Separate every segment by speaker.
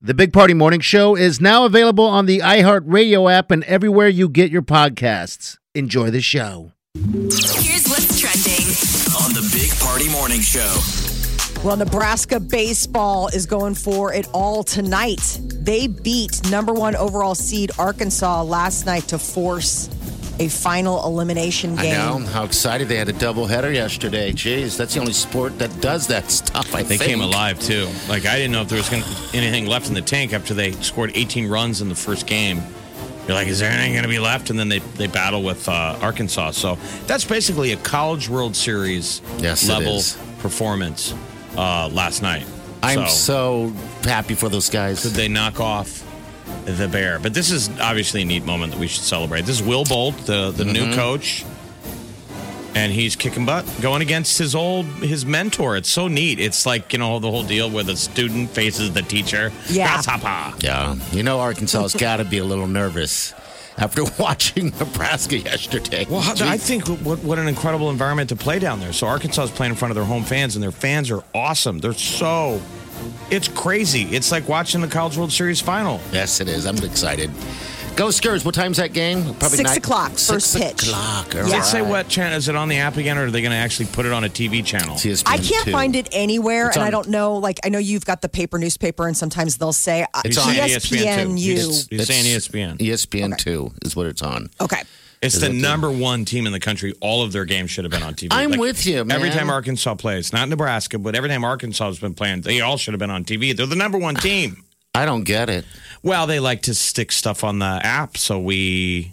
Speaker 1: The Big Party Morning Show is now available on the iHeartRadio app and everywhere you get your podcasts. Enjoy the show.
Speaker 2: Here's what's trending
Speaker 3: on the Big Party Morning Show.
Speaker 4: Well, Nebraska baseball is going for it all tonight. They beat number one overall seed Arkansas last night to force a final elimination game.
Speaker 5: I know how excited they had a doubleheader yesterday. Jeez, that's the only sport that does that stuff. I
Speaker 6: They
Speaker 5: think.
Speaker 6: came alive too. Like I didn't know if there was gonna, anything left in the tank after they scored 18 runs in the first game. You're like, is there anything going to be left? And then they, they battle with uh, Arkansas. So that's basically a college World Series
Speaker 5: Yes, it
Speaker 6: level
Speaker 5: is.
Speaker 6: performance uh, last night.
Speaker 5: I'm so happy for those guys.
Speaker 6: Could they knock off the bear? But this is obviously a neat moment that we should celebrate. This is Will Bolt, the, the
Speaker 5: Mm-hmm.
Speaker 6: new coach, and he's kicking butt, going against his old his mentor. It's so neat. It's like you know the whole deal where the student faces the teacher.
Speaker 4: Yeah.
Speaker 6: Grasshopper.
Speaker 5: Yeah, you know Arkansas's got to be a little nervous after watching Nebraska yesterday.
Speaker 6: Well, how- I
Speaker 5: Jeez.
Speaker 6: think what, what an incredible environment to play down there. So Arkansas is playing in front of their home fans, and their fans are awesome. They're so. It's crazy. It's like watching the College World Series final.
Speaker 5: yes, it is. I'm excited. Go Skurs! What time's that game? Probably
Speaker 4: Six
Speaker 5: nine-
Speaker 4: o'clock,
Speaker 5: Six
Speaker 4: first pitch.
Speaker 5: o'clock.
Speaker 4: Yeah.
Speaker 6: Did it say what channel? Is it on the app again, or are they going to actually put it on a TV channel?
Speaker 4: I can't find it anywhere,
Speaker 5: It's
Speaker 4: and I
Speaker 5: on-
Speaker 4: don't know. Like, I know you've got the paper newspaper, and sometimes they'll say uh,
Speaker 6: It's on ESPN, too.
Speaker 5: E
Speaker 4: ESPNU.
Speaker 6: It's- E He's saying ESPN.
Speaker 5: ESPN two is what it's on.
Speaker 4: Okay.
Speaker 6: It's
Speaker 5: Is
Speaker 6: the
Speaker 5: that the-
Speaker 6: number one team in the country. All of their games should have been on TV.
Speaker 5: I'm with you, man.
Speaker 6: Every time Arkansas plays, not Nebraska, but every time Arkansas has been playing, they all should have been on TV. They're the number one team.
Speaker 5: I don't get it.
Speaker 6: well, they like to stick stuff on the app, so we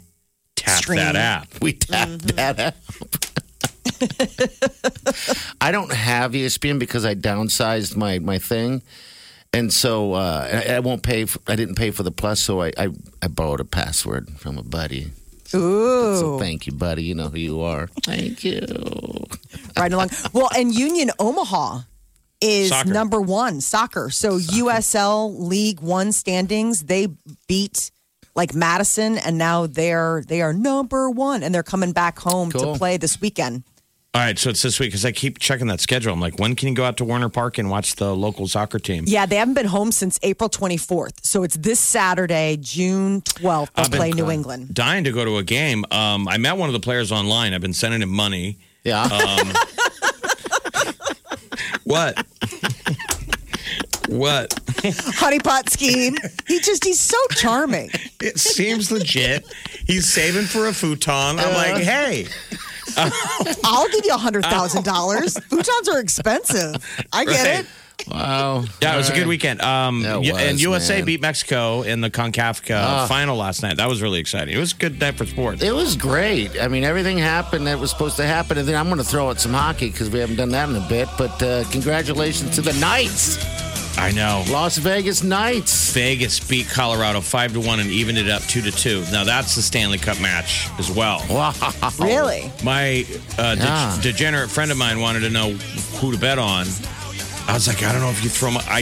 Speaker 6: tap
Speaker 4: Stream.
Speaker 6: that app.
Speaker 5: We tapped that out. I don't have E ESPN because I downsized my my thing, and so uh, I, I won't pay. For, I didn't pay for the plus, so I, I I borrowed a password from a buddy.
Speaker 4: Ooh.
Speaker 5: So thank you, buddy. You know who you are. Oh. Thank you.
Speaker 4: right along. Well, and Union Omaha is
Speaker 6: Soccer.
Speaker 4: number one soccer. So USL League One standings, they beat like Madison, and now they're they are number one, and they're coming back home
Speaker 5: Cool.
Speaker 4: to play this weekend.
Speaker 6: All right, so it's this week because I keep checking that schedule. I'm like, when can you go out to Warner Park and watch the local soccer team?
Speaker 4: Yeah, they haven't been home since April 24th. So it's this Saturday, June 12th. They'll
Speaker 6: I've been
Speaker 4: play New England.
Speaker 6: Dying to go to a game. Um, I met one of the players online. I've been sending him money. Um,
Speaker 5: Yeah.
Speaker 6: Uh, What? what?
Speaker 4: Honey pot scheme. he just, he's so charming.
Speaker 6: It seems legit. He's saving for a futon. I'm like, hey,
Speaker 4: I'll give you $100,000. Futons are expensive. I get
Speaker 6: Oh. Right.
Speaker 4: it.
Speaker 5: wow.
Speaker 6: yeah, it was a good weekend. Um,
Speaker 5: That
Speaker 6: yeah, and
Speaker 5: was,
Speaker 6: USA
Speaker 5: man. Ah.
Speaker 6: beat Mexico in the Concacaf uh, final last night. That was really exciting. It was a good night for sports.
Speaker 5: It was great. I mean, everything happened that was supposed to happen, and then I'm going to throw out some hockey because we haven't done that in a bit. But uh, congratulations to the Knights,
Speaker 6: I know.
Speaker 5: Las Vegas Knights.
Speaker 6: Vegas beat Colorado five to one and evened it up two to two. Now that's the Stanley Cup match as well.
Speaker 5: Wow.
Speaker 4: Really?
Speaker 6: My uh, de-
Speaker 5: Yeah.
Speaker 6: degenerate friend of mine wanted to know who to bet on. I was like, I don't know if you throw my. I,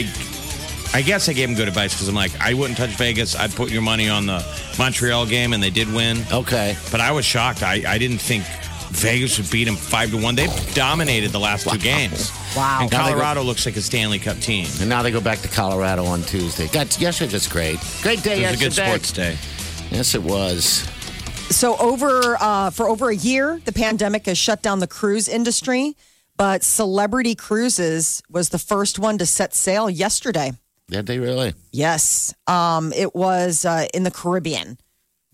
Speaker 6: I guess I gave him good advice because I'm like, I wouldn't touch Vegas. I'd put your money on the Montreal game, and they did win.
Speaker 5: Okay.
Speaker 6: But I was shocked. I, I didn't think Vegas would beat them five to one. They dominated the last two games.
Speaker 4: Wow.
Speaker 6: And
Speaker 5: Now they go-
Speaker 6: Colorado looks like a Stanley Cup team.
Speaker 5: And now they go back to Colorado on Tuesday. God, yesterday was great. Great day
Speaker 6: It was a
Speaker 5: yesterday.
Speaker 6: good sports day.
Speaker 5: Yes, it was.
Speaker 4: So over uh, for over a year, the pandemic has shut down the cruise industry, but Celebrity Cruises was the first one to set sail yesterday.
Speaker 5: Did they really?
Speaker 4: Yes, um, it was uh, in the Caribbean,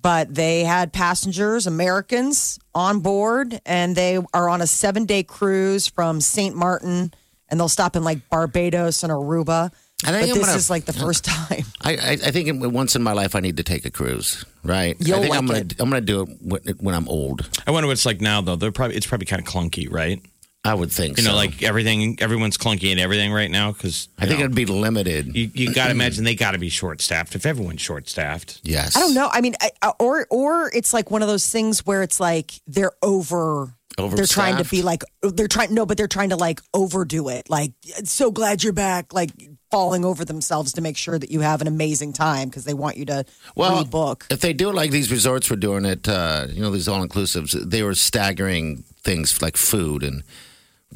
Speaker 4: but they had passengers, Americans, on board, and they are on a seven-day cruise from Saint Martin, and they'll stop in like Barbados and Aruba.
Speaker 5: I think I'm
Speaker 4: but this
Speaker 5: gonna-
Speaker 4: is like the first time.
Speaker 5: I, I, I think in- once in my life I need to take a cruise, right?
Speaker 4: You'll
Speaker 5: I think
Speaker 4: like
Speaker 5: I'm gonna
Speaker 4: it.
Speaker 5: I'm gonna do it when, when I'm old.
Speaker 6: I wonder what it's like now, though. They're probably it's probably kind of clunky, right?
Speaker 5: I would think.
Speaker 6: You know,
Speaker 5: so.
Speaker 6: like everything, everyone's clunky in everything right now because
Speaker 5: I think it'd be limited.
Speaker 6: you, you got to imagine they got to be short staffed. If everyone's short staffed,
Speaker 5: yes,
Speaker 4: I don't know. I mean, I, I- or or it's like one of those things where it's like they're over. They're trying to be
Speaker 5: Overstaffed?
Speaker 4: like they're trying. No, but they're trying to like overdo it. Like, so glad you're back. Like falling over themselves to make sure that you have an amazing time because they want you to
Speaker 5: Well,
Speaker 4: rebook.
Speaker 5: if they do it like these resorts were doing it, uh, you know, these all inclusives, they were staggering things like food and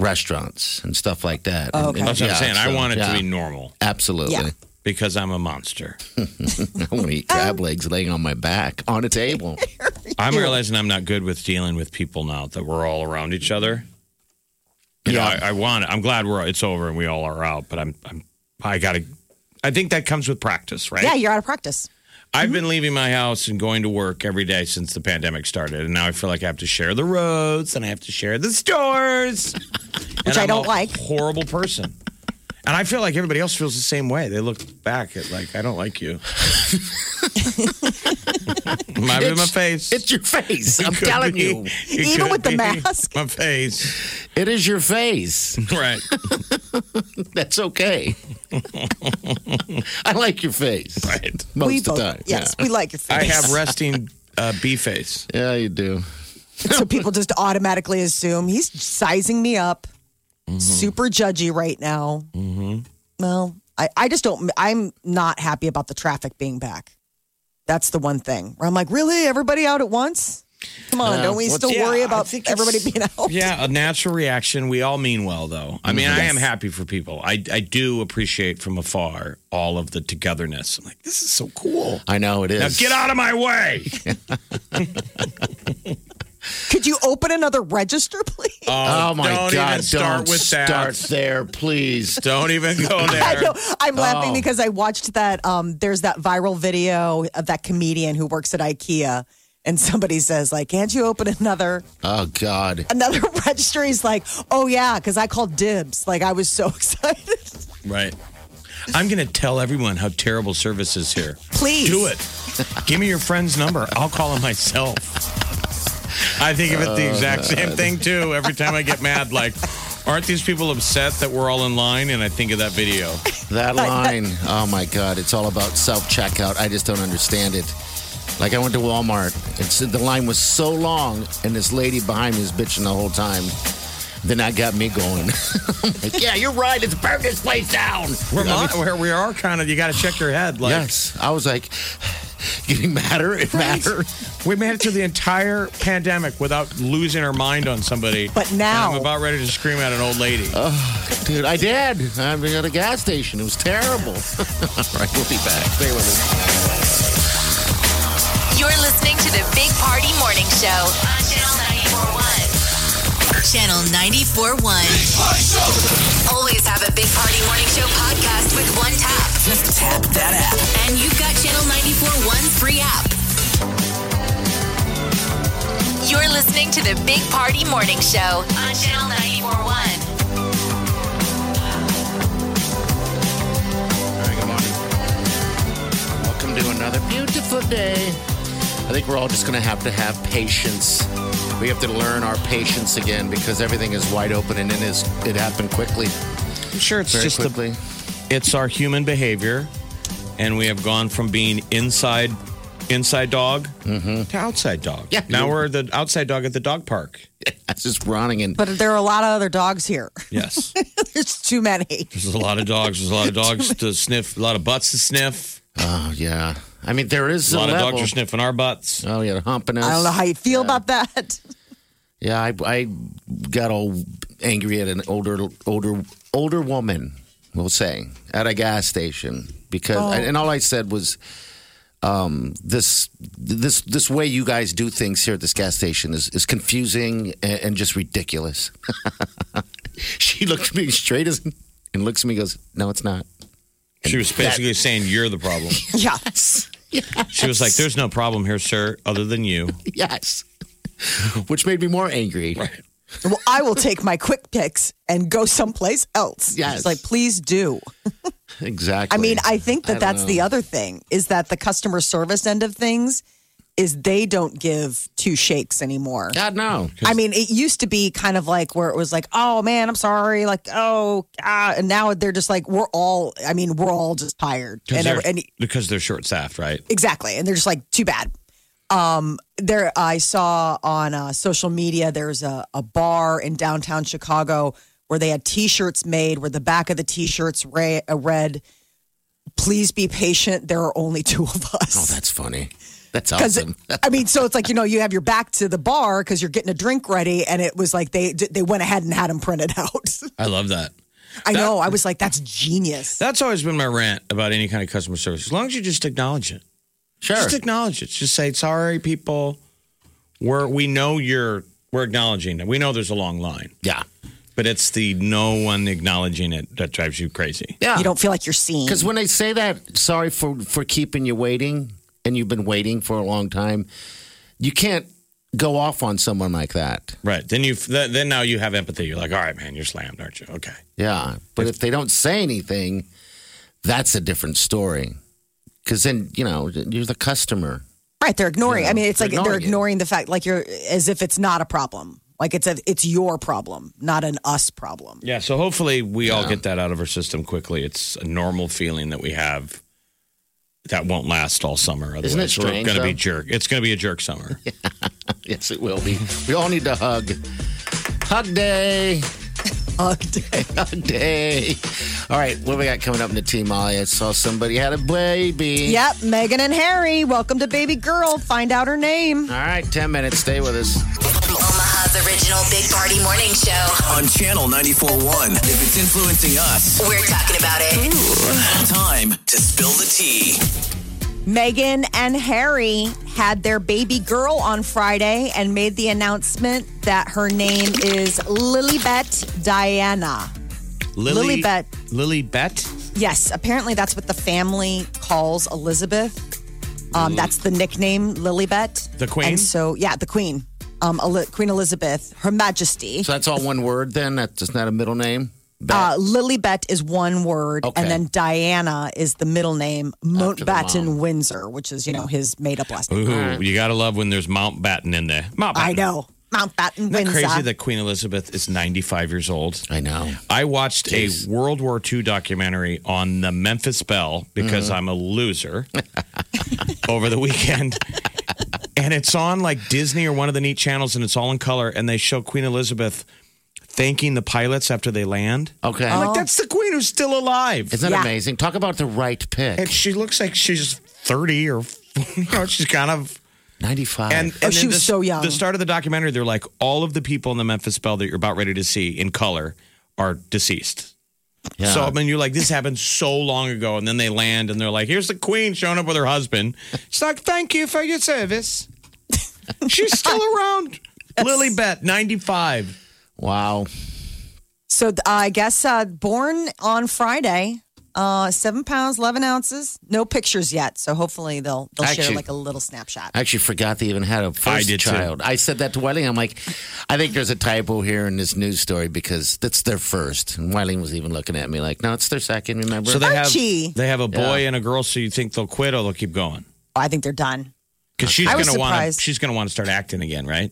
Speaker 5: restaurants and stuff like that. Oh,
Speaker 4: okay.
Speaker 6: that's what I'm saying. I want it to be normal
Speaker 5: Absolutely.
Speaker 4: Yeah. Um,
Speaker 6: because I'm a monster.
Speaker 5: I want to eat crab legs laying on my back on a table.
Speaker 6: I'm realizing I'm not good with dealing with people now that we're all around each other. You know, I, I want. I'm glad we're it's over and we all are out. But I'm I'm I gotta. I think that comes with practice, right?
Speaker 4: Yeah, you're out of practice.
Speaker 6: I've been leaving my house and going to work every day since the pandemic started, and now I feel like I have to share the roads and I have to share the stores,
Speaker 4: Which
Speaker 6: And
Speaker 4: I
Speaker 6: I'm
Speaker 4: don't
Speaker 6: a
Speaker 4: like.
Speaker 6: Horrible person, and I feel like everybody else feels the same way. They look back at like I don't like you. Might be my
Speaker 5: It's-
Speaker 6: face.
Speaker 5: It's your face. I'm
Speaker 6: Could
Speaker 5: telling
Speaker 6: be.
Speaker 5: you.
Speaker 6: It
Speaker 4: Even
Speaker 6: could
Speaker 4: with the
Speaker 6: be
Speaker 4: mask.
Speaker 6: my face,
Speaker 5: It is your face.
Speaker 6: right?
Speaker 5: That's okay. I like your face.
Speaker 6: Right.
Speaker 5: Most
Speaker 4: we
Speaker 5: of the
Speaker 4: both.
Speaker 5: time.
Speaker 4: Yes,
Speaker 5: Yeah.
Speaker 4: we like your face.
Speaker 6: I have resting uh, B face.
Speaker 5: yeah, you do.
Speaker 4: so people just automatically assume he's sizing me up
Speaker 6: Mm-hmm.
Speaker 4: super judgy right now mm-hmm. well I, I just don't i'm not happy about the traffic being back that's the one thing where i'm like really everybody out at once come on don't we
Speaker 6: what's-
Speaker 4: still
Speaker 6: yeah,
Speaker 4: worry
Speaker 6: I
Speaker 4: about
Speaker 6: think it's-
Speaker 4: everybody being out
Speaker 6: Yeah, a natural reaction. We all mean well, though. I mean, I am happy for people. I, I do appreciate from afar all of the togetherness. I'm like, this is so cool.
Speaker 5: I know it is.
Speaker 6: Now get out of my way.
Speaker 4: could you open another register please
Speaker 5: Oh, my
Speaker 6: don't
Speaker 5: God!
Speaker 6: Even start
Speaker 5: don't
Speaker 6: with
Speaker 5: start
Speaker 6: that.
Speaker 5: there, please.
Speaker 6: Don't even go
Speaker 4: I know.
Speaker 6: there.
Speaker 4: I'm laughing
Speaker 5: Oh.
Speaker 4: because I watched that. Um, there's that viral video of that comedian who works at IKEA, and somebody says, "Like, can't you open another
Speaker 5: Oh God!
Speaker 4: another registry is like, oh yeah, because I called dibs. Like I was so excited.
Speaker 6: Right. I'm going to tell everyone how terrible service is here.
Speaker 4: Please
Speaker 6: Do it. Give me your friend's number. I'll call him myself. I think of it the exact
Speaker 5: Oh,
Speaker 6: same thing too. Every time I get mad, like, aren't these people upset that we're all in line? And I think of that video.
Speaker 5: That line. Oh my God! It's all about self checkout. I just don't understand it. Like I went to Walmart. It's the line was so long, and this lady behind me was bitching the whole time. Then that got me going. I'm like, yeah, you're right. It's burn this place down.
Speaker 6: We're mon- where we are kind of. You got to check your head. Like,
Speaker 5: yes, I was like getting madder and madder.
Speaker 6: we made it through the entire pandemic without losing our mind on somebody.
Speaker 4: But
Speaker 6: And
Speaker 4: now-
Speaker 6: I'm about ready to scream at an old lady.
Speaker 5: Oh, Dude, I did. I was at a gas station. It was terrible. all right, we'll be back. Stay with us.
Speaker 2: You're listening to the Big Party Morning Show on Channel 941. Channel 941. Always have a Big Party Morning Show podcast with one tap. Just tap that app. And you've got Channel 941's free app. You're listening to the Big Party Morning Show on Channel 941.
Speaker 5: All right, good morning. Welcome to another beautiful day. I think we're all just going to have to have patience. We have to learn our patience again because everything is wide open and it is it happened quickly,
Speaker 6: I'm sure it's
Speaker 5: very
Speaker 6: just the
Speaker 5: quickly.
Speaker 6: it's our human behavior, and we have gone from being inside inside dog to outside dog.
Speaker 5: Yeah.
Speaker 6: Now we're the outside dog at the dog park.
Speaker 5: That's just running and
Speaker 4: But there are a lot of other dogs here.
Speaker 6: Yes.
Speaker 4: There's too many.
Speaker 6: There's a lot of dogs. There's a lot of dogs to sniff. A lot of butts to sniff.
Speaker 5: oh yeah. I mean there is
Speaker 6: A
Speaker 5: a,
Speaker 6: lot of
Speaker 5: level.
Speaker 6: dogs are sniffing our butts.
Speaker 5: oh yeah, humping us.
Speaker 4: I don't know how you feel about that.
Speaker 5: yeah, I, I got all angry at an older older older woman, we'll say, at a gas station because and all I said was. um, this this this way you guys do things here at this gas station is, is confusing and, and just ridiculous. she looked at me straight as and looks at me and goes, No, it's not.
Speaker 6: She was basically saying you're the problem.
Speaker 4: Yeah.
Speaker 6: She was like, "There's no problem here, sir, other than you."
Speaker 5: Yes. Which made me more angry.
Speaker 4: Well, I will take my quick picks and go someplace else.
Speaker 5: Yes.
Speaker 4: It's like, please do.
Speaker 5: Exactly.
Speaker 4: I mean, I think that
Speaker 5: I don't
Speaker 4: that's the
Speaker 5: know.
Speaker 4: other thing is that the customer service end of things is they don't give two shakes anymore.
Speaker 5: God no.
Speaker 4: I mean, it used to be kind of like where it was like, oh man, I'm sorry, like oh, ah, and now they're just like we're all. I mean, we're all just tired, and,
Speaker 6: they're,
Speaker 4: every- and
Speaker 6: because they're short staffed, right?
Speaker 4: exactly, and they're just like too bad. Um, there, I saw on uh, social media there's a, a bar in downtown Chicago where they had T-shirts made where the back of the T-shirts ra- uh, read, "Please be patient. There are only two of us."
Speaker 5: Oh, that's funny. That's
Speaker 4: Because
Speaker 5: awesome.
Speaker 4: I mean, so it's like you know, you have your back to the bar because you're getting a drink ready, and it was like they they went ahead and had them printed out.
Speaker 6: I love that.
Speaker 4: I know. I was like, that's genius.
Speaker 6: That's always been my rant about any kind of customer service. As long as you just acknowledge it,
Speaker 5: Sure.
Speaker 6: just acknowledge it. Just say sorry, people. We're we know you're we're acknowledging it. We know there's a long line,
Speaker 5: Yeah.
Speaker 6: but it's the no one acknowledging it that drives you crazy.
Speaker 5: Yeah.
Speaker 4: you don't feel like you're seen.
Speaker 5: Because when they say that, sorry for for keeping you waiting, and you've been waiting for a long time, you can't go off on someone like that.
Speaker 6: Right? Then you th- then now you have empathy. You're like, all right, man, you're slammed, aren't you? Okay.
Speaker 5: Yeah, but if they don't say anything, that's a different story. Because then you know you're the customer.
Speaker 4: Right, they're ignoring. I mean, it's
Speaker 5: they're
Speaker 4: like they're
Speaker 5: ignoring
Speaker 4: ignoring the fact, like you're as if it's not a problem. Like it's a it's your problem, not an us problem.
Speaker 6: Yeah, so hopefully we all get that out of our system quickly. It's a normal feeling that we have that won't last all summer. Otherwise,
Speaker 5: Isn't it strange,
Speaker 6: we're going to be
Speaker 5: though?
Speaker 6: jerk. It's going to be a jerk summer.
Speaker 5: Yes, it will be. We all need to hug. Hug day.
Speaker 4: Ugh, dude.
Speaker 5: Hug day. All right, what do we got coming up in the team, Molly? I saw somebody had a baby.
Speaker 4: yep, Megan and Harry, welcome to baby girl. Find out her name.
Speaker 5: All right, 10 minutes. Stay with us.
Speaker 2: Omaha's original Big Party Morning Show.
Speaker 3: On Channel 94.1. If it's influencing us,
Speaker 2: We're talking about it.
Speaker 3: time to spill the tea.
Speaker 4: Megan and Harry had their baby girl on Friday and made the announcement that her name is Lilybet Diana. Lily Bet.
Speaker 6: Lily Bet.
Speaker 4: Yes, apparently that's what the family calls Elizabeth. Um, that's the nickname, Lilybet.
Speaker 6: The queen?
Speaker 4: And so, yeah, the queen. Um, Eli- Queen Elizabeth, Her Majesty.
Speaker 5: So that's all one word then? That's just not a middle name?
Speaker 4: Uh, Lilybet is one word,
Speaker 5: Okay.
Speaker 4: and then Diana is the middle name,
Speaker 5: After the
Speaker 4: Mountbatten
Speaker 5: mom.
Speaker 4: Windsor, which is, you know, his made up last name.
Speaker 6: Ooh, you got to love when there's Mountbatten in there. Mountbatten.
Speaker 4: I know. Mountbatten
Speaker 6: Isn't that
Speaker 4: Windsor.
Speaker 6: crazy that Queen Elizabeth is 95 years old?
Speaker 5: I know.
Speaker 6: I watched a World War II documentary on the Memphis Belle because I'm a loser over the weekend. And it's on like Disney or one of the neat channels, and it's all in color. And they show Queen Elizabeth thanking the pilots after they land.
Speaker 5: Okay.
Speaker 6: I'm like, that's the queen who's still alive.
Speaker 5: Isn't that
Speaker 4: Oh, Yeah.
Speaker 5: amazing? Talk about the right pick.
Speaker 6: And she looks like she's 30 or, you know, she's kind of.
Speaker 5: 95.
Speaker 6: And, and
Speaker 4: Oh,
Speaker 6: then
Speaker 4: she was
Speaker 6: this-
Speaker 4: so young.
Speaker 6: The start of the documentary, they're like, all of the people in the Memphis Belle that you're about ready to see in color are deceased.
Speaker 5: yeah.
Speaker 6: So I mean, you're like, this happened so long ago, and then they land, and they're like, "Here's the queen showing up with her husband." She's like, "Thank you for your service." She's still around. Lily Bet, ninety five.
Speaker 5: wow.
Speaker 4: So th- I guess uh, born on Friday, uh, seven pounds eleven ounces. No pictures yet, so hopefully they'll they'll share
Speaker 5: Actually-
Speaker 4: like a little snapshot.
Speaker 5: I actually forgot they even had a first
Speaker 6: I did too.
Speaker 5: child. I said that to Wiley. I'm like, I think there's a typo here in this news story because that's their first. And Wiley was even looking at me like, no, it's their second, remember?
Speaker 6: So they have
Speaker 4: Archie.
Speaker 6: they have a boy and a girl. So you think they'll quit or they'll keep going?
Speaker 4: I think they're done.
Speaker 6: Because she's
Speaker 4: I was
Speaker 6: gonna want
Speaker 4: surprised.
Speaker 6: she's gonna want to start acting again, right?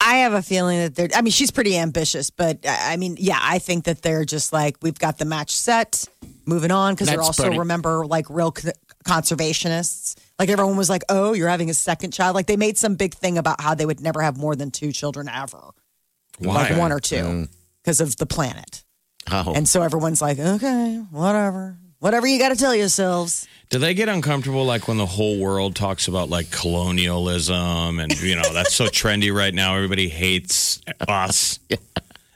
Speaker 4: I have a feeling that they're. I mean, she's pretty ambitious, but uh, I I mean, yeah, I think that they're just like we've got the match set, moving on because they're
Speaker 5: That's
Speaker 4: also
Speaker 5: pretty-
Speaker 4: remember like real c- conservationists. Like everyone was like, "Oh, you're having a second child." Like they made some big thing about how they would never have more than two children ever,
Speaker 6: Why?
Speaker 4: like one or two,
Speaker 5: Mm.
Speaker 4: because of the planet.
Speaker 5: oh.
Speaker 4: And so everyone's like, okay, whatever. Whatever you got to tell yourselves.
Speaker 6: Do they get uncomfortable like when the whole world talks about like colonialism and you know that's so trendy right now? Everybody hates us.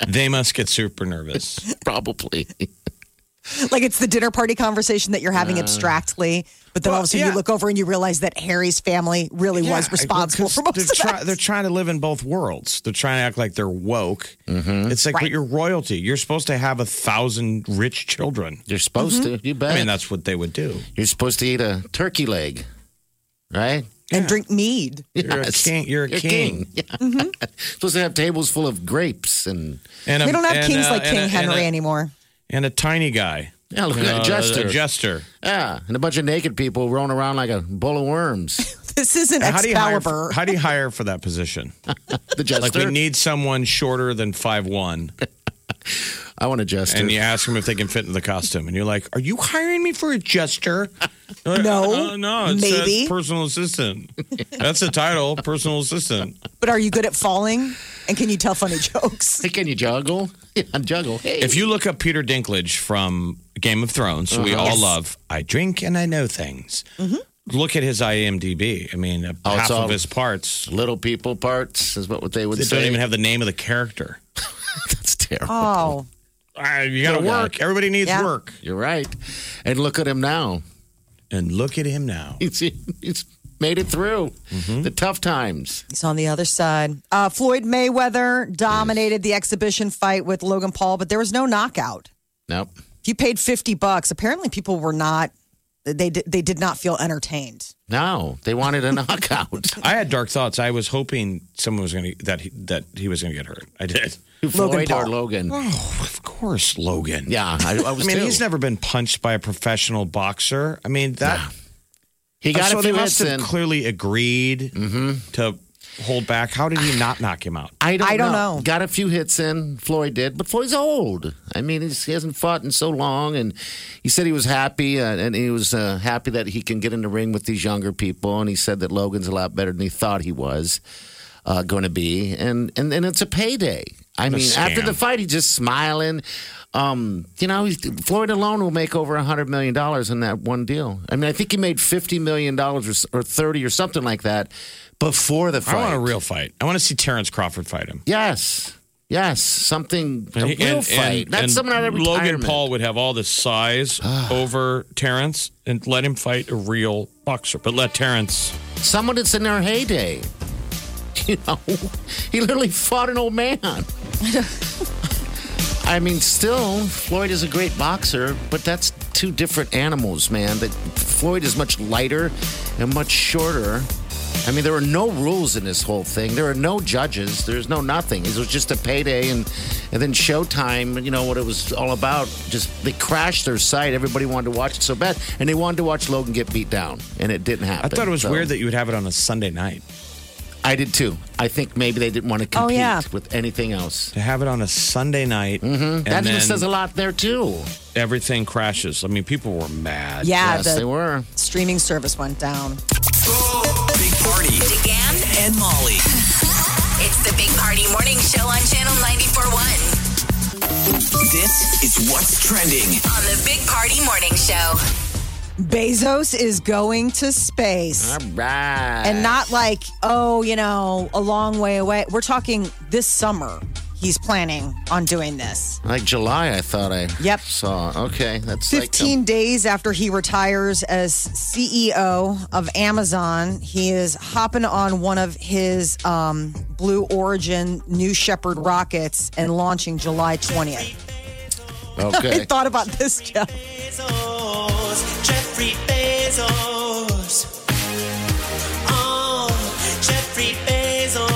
Speaker 6: They must get super nervous.
Speaker 5: probably.
Speaker 4: Like it's the dinner party conversation that you're having abstractly, but then all of a sudden
Speaker 6: Uh. yeah.
Speaker 4: you look over and you realize that Harry's family really
Speaker 6: Yeah,
Speaker 4: was responsible
Speaker 6: well, 'cause
Speaker 4: for most of
Speaker 6: they're, try-
Speaker 4: that.
Speaker 6: they're trying to live in both worlds. They're trying to act like they're woke. It's like, but
Speaker 4: Right.
Speaker 6: you're royalty. You're supposed to have a thousand rich children.
Speaker 5: You're supposed
Speaker 4: Mm-hmm.
Speaker 5: to. You bet.
Speaker 6: I mean,
Speaker 4: Uh,
Speaker 6: that's what they would do.
Speaker 5: You're supposed to eat a turkey leg, right?
Speaker 4: And drink mead.
Speaker 6: You're a king- you're a king.
Speaker 5: Yeah.
Speaker 4: Mm-hmm.
Speaker 5: supposed to have tables full of grapes and
Speaker 6: And
Speaker 4: We don't have
Speaker 6: and,
Speaker 4: kings
Speaker 6: uh,
Speaker 4: like
Speaker 6: and
Speaker 4: King
Speaker 6: a-
Speaker 4: Henry
Speaker 6: and a,
Speaker 4: anymore.
Speaker 6: and a tiny guy.
Speaker 5: Yeah, look at
Speaker 6: Uh,
Speaker 5: that jester.
Speaker 6: adjuster.
Speaker 5: yeah, and a bunch of naked people rolling around like a bowl of worms.
Speaker 4: This isn't
Speaker 6: How do you hire?
Speaker 4: Excalibur.
Speaker 6: For, how do you hire for that position?
Speaker 5: The jester.
Speaker 6: Like we need someone shorter than five one,
Speaker 5: I want a jester.
Speaker 6: and you ask them if they can fit into the costume, and you're like, "Are you hiring me for a jester?" They're like,
Speaker 4: No,
Speaker 6: uh, no, it says
Speaker 4: maybe.
Speaker 6: personal assistant. That's the title, personal assistant.
Speaker 4: But are you good at falling? And can you tell funny jokes?
Speaker 5: Hey, can you juggle? Yeah, juggle. Hey.
Speaker 6: If you look up Peter Dinklage from Game of Thrones, who we all love, I drink and I know things. Look at his IMDb. I mean, uh,
Speaker 5: it's
Speaker 6: half
Speaker 5: all-
Speaker 6: of his parts
Speaker 5: little people parts is what they would
Speaker 6: they
Speaker 5: say.
Speaker 6: don't even have the name of the character.
Speaker 5: That's terrible.
Speaker 4: Oh,
Speaker 6: Ah, you got to
Speaker 5: Little guy.
Speaker 6: work. Everybody needs
Speaker 4: Yeah.
Speaker 6: work.
Speaker 5: You're right. And look at him now.
Speaker 6: And look at him now.
Speaker 5: He's he's made it through
Speaker 6: Mm-hmm.
Speaker 5: the tough times.
Speaker 4: he's on the other side. Uh, Floyd Mayweather dominated the exhibition fight with Logan Paul, but there was no knockout.
Speaker 5: Nope.
Speaker 4: He paid 50 bucks. Apparently, people were not, they, did- they did not feel entertained.
Speaker 5: No, they wanted a knockout.
Speaker 6: I had dark thoughts. I was hoping someone was going to that he, that he was going to get hurt. I did.
Speaker 5: Floyd or
Speaker 4: Paul.
Speaker 5: Logan?
Speaker 6: Oh, of course, Logan.
Speaker 5: Yeah, I, I
Speaker 6: I
Speaker 5: was.
Speaker 6: mean,
Speaker 5: too.
Speaker 6: he's never been punched by a professional boxer. I mean, that
Speaker 5: He got
Speaker 6: so
Speaker 5: a few
Speaker 6: they must
Speaker 5: hits
Speaker 6: have
Speaker 5: in. Mm-hmm.
Speaker 6: clearly agreed to hold back. How did he not knock him out?
Speaker 5: I don't,
Speaker 4: I don't know.
Speaker 5: Got a few hits in. Floyd did, but Floyd's old. I mean, he's, he hasn't fought in so long, and he said he was happy, uh, and he was uh, happy that he can get in the ring with these younger people. And he said that Logan's a lot better than he thought he was uh, going to be, and, and and it's a payday. I mean, after
Speaker 6: scam.
Speaker 5: the fight, he's just smiling. Um, you know, he's, Floyd alone will make over a hundred million dollars in that one deal. I mean, I think he made fifty million dollars or, s- or thirty or something like that before the fight.
Speaker 6: I want a real fight. I want to see Terrence Crawford fight him.
Speaker 5: Yes. Yes. Something, a real fight. Not
Speaker 6: and
Speaker 5: someone out of
Speaker 6: Logan
Speaker 5: retirement. Ah.
Speaker 6: Paul would have all the size over Terrence and let him fight a real boxer, but let Terrence.
Speaker 5: Someone that's in their heyday. You know, he literally fought an old man. I mean, still, Floyd is a great boxer, but that's two different animals, man. That Floyd is much lighter and much shorter. I mean, there are no rules in this whole thing. There are no judges. There's no nothing. It was just a payday, and and then Showtime. You know what it was all about? Just they crashed their site. Everybody wanted to watch it so bad, and they wanted to watch Logan get beat down, and it didn't happen.
Speaker 6: I thought it was
Speaker 5: So-
Speaker 6: weird that you would have it on a Sunday night.
Speaker 5: I did too. I think maybe they didn't want to compete
Speaker 4: Oh, yeah.
Speaker 5: with anything else.
Speaker 6: To have it on a Sunday night, and
Speaker 5: Mm-hmm. That
Speaker 6: then
Speaker 5: just says a lot there too.
Speaker 6: everything crashes. I mean, people were mad.
Speaker 4: Yeah,
Speaker 5: yes,
Speaker 4: the
Speaker 5: they were.
Speaker 4: streaming service went down.
Speaker 3: Big Party
Speaker 2: DeGan,
Speaker 3: and Molly.
Speaker 2: it's the Big Party Morning Show on Channel 94.1
Speaker 3: This is what's trending.
Speaker 2: on the Big Party Morning Show.
Speaker 4: Bezos is going to space.
Speaker 5: All right.
Speaker 4: and not like oh you know a long way away we're talking this summer he's planning on doing this
Speaker 5: like July, I thought I
Speaker 4: Yep.
Speaker 5: saw. Okay, that's
Speaker 4: 15
Speaker 5: Like um,
Speaker 4: days after he retires as CEO of Amazon, he is hopping on one of his um, Blue Origin New Shepard rockets and launching July 20th.
Speaker 5: a-
Speaker 4: I
Speaker 5: okay.
Speaker 4: thought about this, Jeff.
Speaker 7: Bezos, Jeffrey Bezos. Oh, Jeffrey Bezos,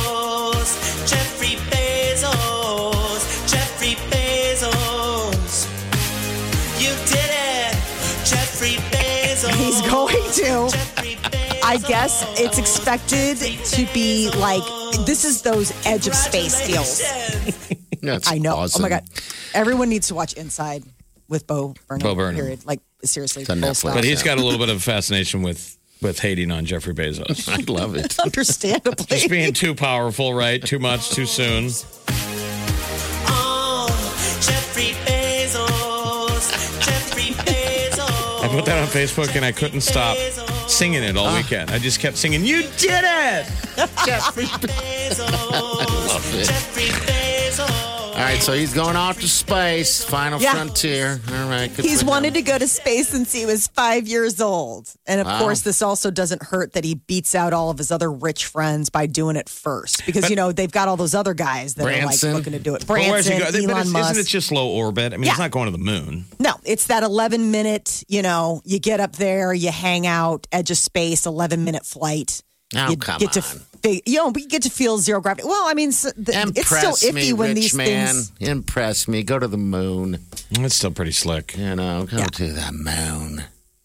Speaker 7: Jeffrey Bezos, Jeffrey Bezos. You did it, Jeffrey Bezos.
Speaker 4: He's going to.
Speaker 7: Jeffrey
Speaker 4: I guess it's expected to be like this is those edge of space deals.
Speaker 7: Bezos.
Speaker 5: That's
Speaker 4: I know.
Speaker 5: Awesome.
Speaker 4: Oh my god, everyone needs to watch Inside with Bo Burnham.
Speaker 6: Bo Burnham.
Speaker 4: Period. Like seriously,
Speaker 5: on
Speaker 4: full
Speaker 5: Netflix.
Speaker 4: stop.
Speaker 6: But he's got a little bit of a fascination with with hating on Jeffrey Bezos.
Speaker 5: I love it.
Speaker 4: understandably.
Speaker 6: Just being too powerful, right? Too much, too soon.
Speaker 7: Oh, Jeffrey Bezos, Jeffrey Bezos.
Speaker 6: I put that on Facebook and I couldn't stop singing it
Speaker 5: Ah.
Speaker 6: all weekend. I just kept singing, You did it!
Speaker 5: love it.
Speaker 7: Jeffrey Bezos.
Speaker 5: All right, so he's going off to space, final
Speaker 4: Yeah.
Speaker 5: frontier. All right, good
Speaker 4: He's
Speaker 5: for
Speaker 4: wanted
Speaker 5: him.
Speaker 4: to go to space since he was five years old. And of
Speaker 5: Wow.
Speaker 4: course, this also doesn't hurt that he beats out all of his other rich friends by doing it first. Because, you know, they've got all those other guys that are
Speaker 5: Branson.
Speaker 4: like looking to do it.
Speaker 6: But where's
Speaker 4: Branson,
Speaker 6: he go- but
Speaker 4: Elon
Speaker 6: it's-
Speaker 4: Musk.
Speaker 6: Isn't it just low orbit? I mean, it's
Speaker 4: Yeah.
Speaker 6: not going to the moon.
Speaker 4: no, it's that 11 minute, you know, you get up there, you hang out, edge of space, 11 minute flight.
Speaker 5: Oh,
Speaker 4: you
Speaker 5: come
Speaker 4: get to
Speaker 5: on.
Speaker 4: fe- you know, but you get to feel zero gravity. Well, I mean, s- the, it's still
Speaker 5: Impress
Speaker 4: iffy
Speaker 5: me,
Speaker 4: when
Speaker 5: rich
Speaker 4: these
Speaker 5: man.
Speaker 4: things.
Speaker 5: Impress me. Go to the moon.
Speaker 6: It's still pretty slick.
Speaker 5: You know, go to the moon.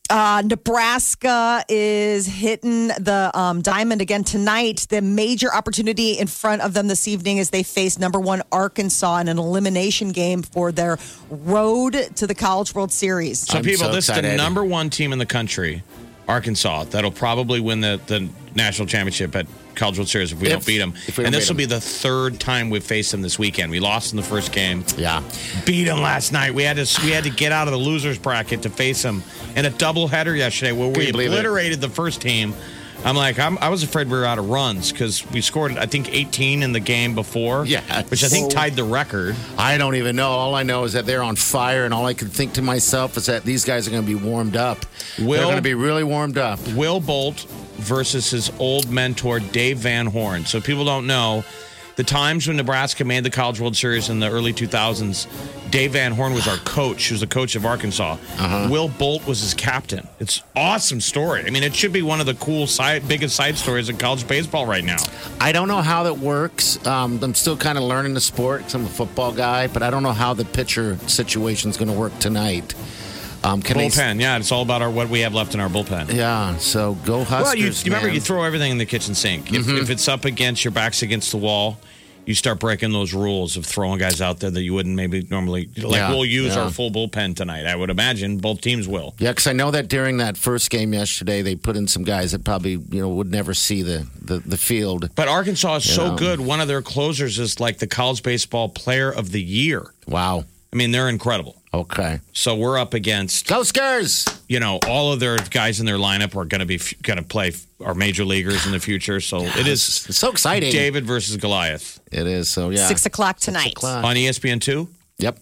Speaker 4: Uh, Nebraska is hitting the um, diamond again tonight. The major opportunity in front of them this evening is they face number one Arkansas in an elimination game for their road to the College World Series.
Speaker 6: So
Speaker 5: I'm
Speaker 6: people,
Speaker 5: so
Speaker 6: this is the
Speaker 5: excited.
Speaker 6: number one team in the country, Arkansas, that'll probably win the, the national championship at College World Series if we
Speaker 5: If-
Speaker 6: don't beat them.
Speaker 5: if we don't
Speaker 6: and this
Speaker 5: beat
Speaker 6: will be
Speaker 5: 'em.
Speaker 6: the third time we've faced them this weekend. We lost in the first game.
Speaker 5: Yeah.
Speaker 6: beat them last night. We had to we had to get out of the losers bracket to face them in a doubleheader yesterday where
Speaker 5: Can
Speaker 6: we
Speaker 5: you believe it?
Speaker 6: obliterated the first team. I'm like I'm, I was afraid we were out of runs because we scored I think 18 in the game before,
Speaker 5: Yeah.
Speaker 6: which I
Speaker 5: Oh.
Speaker 6: think tied the record.
Speaker 5: I don't even know. All I know is that they're on fire, and all I can think to myself is that these guys are going to be warmed up.
Speaker 6: Will-
Speaker 5: they're going to be really warmed up.
Speaker 6: Will Bolt versus his old mentor Dave Van Horn. So people don't know the times when Nebraska made the College World Series in the early 2000s. Dave Van Horn was our coach. He was the coach of Arkansas. Will Bolt was his captain. It's awesome story. I mean, it should be one of the cool side, biggest side stories in college baseball right now.
Speaker 5: I don't know how that works. Um, I'm still kind of learning the sport 'cause I'm a football guy, but I don't know how the pitcher situation's going to work tonight. Um, can they-
Speaker 6: Bullpen, yeah, it's all about our what we have left in our bullpen.
Speaker 5: yeah. So go Huskers.
Speaker 6: Well, you, you remember
Speaker 5: man. Mm-hmm.
Speaker 6: you throw everything in the kitchen sink. If, if it's up against your back's against the wall, you start breaking those rules of throwing guys out there that you wouldn't maybe normally. Like
Speaker 5: Yeah,
Speaker 6: we'll use
Speaker 5: yeah.
Speaker 6: our full bullpen tonight. I would imagine both teams will.
Speaker 5: Yeah, because I know that during that first game yesterday, they put in some guys that probably you know would never see the the, the field.
Speaker 6: But Arkansas is so
Speaker 5: Yeah.
Speaker 6: good. One of their closers is like the college baseball player of the year.
Speaker 5: Wow.
Speaker 6: I mean, they're incredible.
Speaker 5: Okay.
Speaker 6: So we're up against
Speaker 5: Go Skurs!
Speaker 6: you know all of their guys in their lineup are going to be going to play our major leaguers in the future. So it is
Speaker 5: It's so exciting.
Speaker 6: David versus Goliath
Speaker 5: It is. So yeah.
Speaker 4: Six o'clock tonight.
Speaker 5: o'clock.
Speaker 6: on E ESPN two.
Speaker 5: Yep.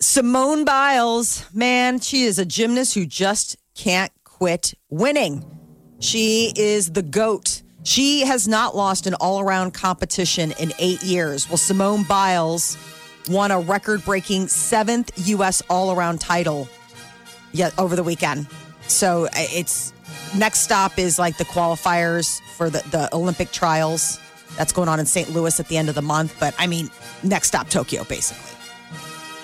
Speaker 4: Simone Biles, man, she is a gymnast who just can't quit winning. She is the GOAT. She has not lost an all around competition in eight years. Well, Simone Biles won a record breaking seventh U.S. all around title yet over the weekend. So uh, it's next stop is like the qualifiers for the, the Olympic trials. That's going on in St. Louis at the end of the month. But I mean, next stop, Tokyo, basically.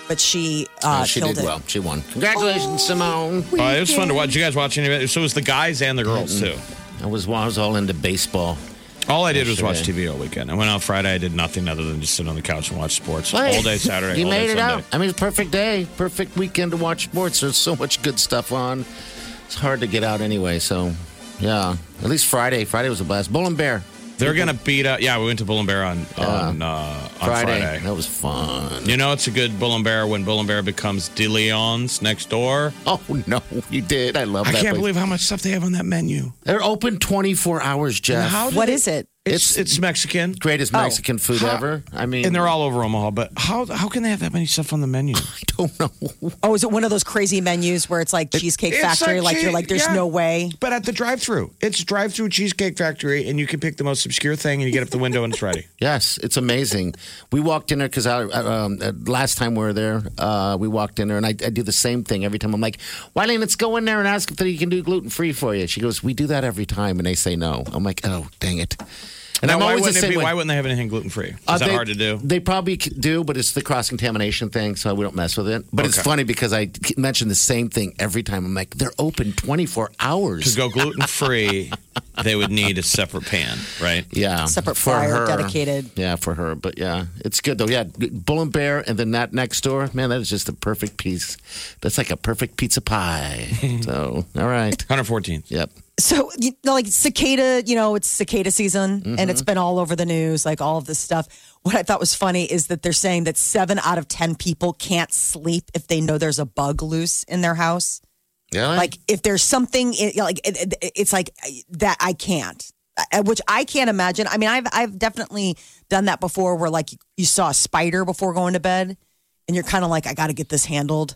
Speaker 4: But she, uh,
Speaker 5: she
Speaker 4: killed
Speaker 5: did
Speaker 4: it. Oh.
Speaker 5: well. She won. Congratulations, Simone.
Speaker 6: Uh, it was fun to watch. You guys watch any of it? So it was the guys and the girls too.
Speaker 5: I was I was all into baseball.
Speaker 6: All I did was watch TV all weekend. I went out Friday. I did nothing other than just sit on the couch and watch sports all day Saturday.
Speaker 5: You
Speaker 6: all
Speaker 5: made
Speaker 6: day
Speaker 5: it
Speaker 6: Sunday.
Speaker 5: out. I mean, it's a perfect day, perfect weekend to watch sports. There's so much good stuff on. It's hard to get out anyway. So, yeah. At least Friday. Friday was a blast. Bull and Bear
Speaker 6: They're gonna beat up. Yeah, we went to Bull and Bear on on, uh, on
Speaker 5: Friday.
Speaker 6: Friday.
Speaker 5: That was fun.
Speaker 6: You know it's a good Bull and Bear when Bull and Bear becomes De Leon's next door.
Speaker 5: Oh no, you did. I love
Speaker 6: I
Speaker 5: that.
Speaker 6: can't
Speaker 5: place.
Speaker 6: believe how much stuff they have on that menu.
Speaker 5: they're open 24 hours, Jeff.
Speaker 6: How do
Speaker 4: What
Speaker 6: they-
Speaker 4: is it?
Speaker 6: It's it's Mexican,
Speaker 5: Greatest
Speaker 4: Oh.
Speaker 5: Mexican food
Speaker 6: How-
Speaker 5: ever. I mean,
Speaker 6: and they're all over Omaha. But how how can they have that many stuff on the menu?
Speaker 5: I don't know.
Speaker 4: Oh, is it one of those crazy menus where it's like Cheesecake
Speaker 6: It's
Speaker 4: Factory? Like, you're
Speaker 6: chee-
Speaker 4: like, there's
Speaker 6: yeah.
Speaker 4: no way.
Speaker 6: But at the drive-through, it's drive-through Cheesecake Factory, and you can pick the most obscure thing, and you get up the window, and it's ready.
Speaker 5: Yes, it's amazing. We walked in there because I uh, um, uh, last time we were there, uh, we walked in there, and I, I do the same thing every time. I'm like, Wiley, let's go in there and ask if they can do gluten free for you. She goes, We do that every time, and they say no. I'm like, Oh, dang it! And
Speaker 6: Now,
Speaker 5: I'm
Speaker 6: why
Speaker 5: always the
Speaker 6: wouldn't it
Speaker 5: same
Speaker 6: be?
Speaker 5: way.
Speaker 6: Why wouldn't they have anything gluten free? Is
Speaker 5: Uh,
Speaker 6: that
Speaker 5: they-
Speaker 6: hard to do?
Speaker 5: They probably c- do, but it's the cross contamination thing, so we don't mess with it. But it's
Speaker 6: Okay.
Speaker 5: funny because I k- mention the same thing every time. I'm like, They're open 24
Speaker 6: To
Speaker 5: hours.
Speaker 6: go gluten free, they would need a separate pan, right?
Speaker 5: Yeah,
Speaker 4: Separate
Speaker 5: for her.
Speaker 4: fryer, dedicated.
Speaker 5: Yeah, for her. But yeah, it's good though. Yeah, Bull and Bear, and then that next door. Man, that is just the perfect piece. That's like a perfect pizza pie. so, all right.
Speaker 6: 114th.
Speaker 5: Yep.
Speaker 4: So, you know, like cicada, you know, it's cicada season and
Speaker 6: Mm-hmm.
Speaker 4: it's been all over the news, like all of this stuff. What I thought was funny is that they're saying that seven out of 10 people can't sleep if they know there's a bug loose in their house.
Speaker 5: Yeah.
Speaker 4: Like, if there's something, it- like, it, it- it's like I- that I can't, I- which I can't imagine. I mean, I've, I've definitely done that before where, like, you saw a spider before going to bed and you're kind of like, I got to get this handled.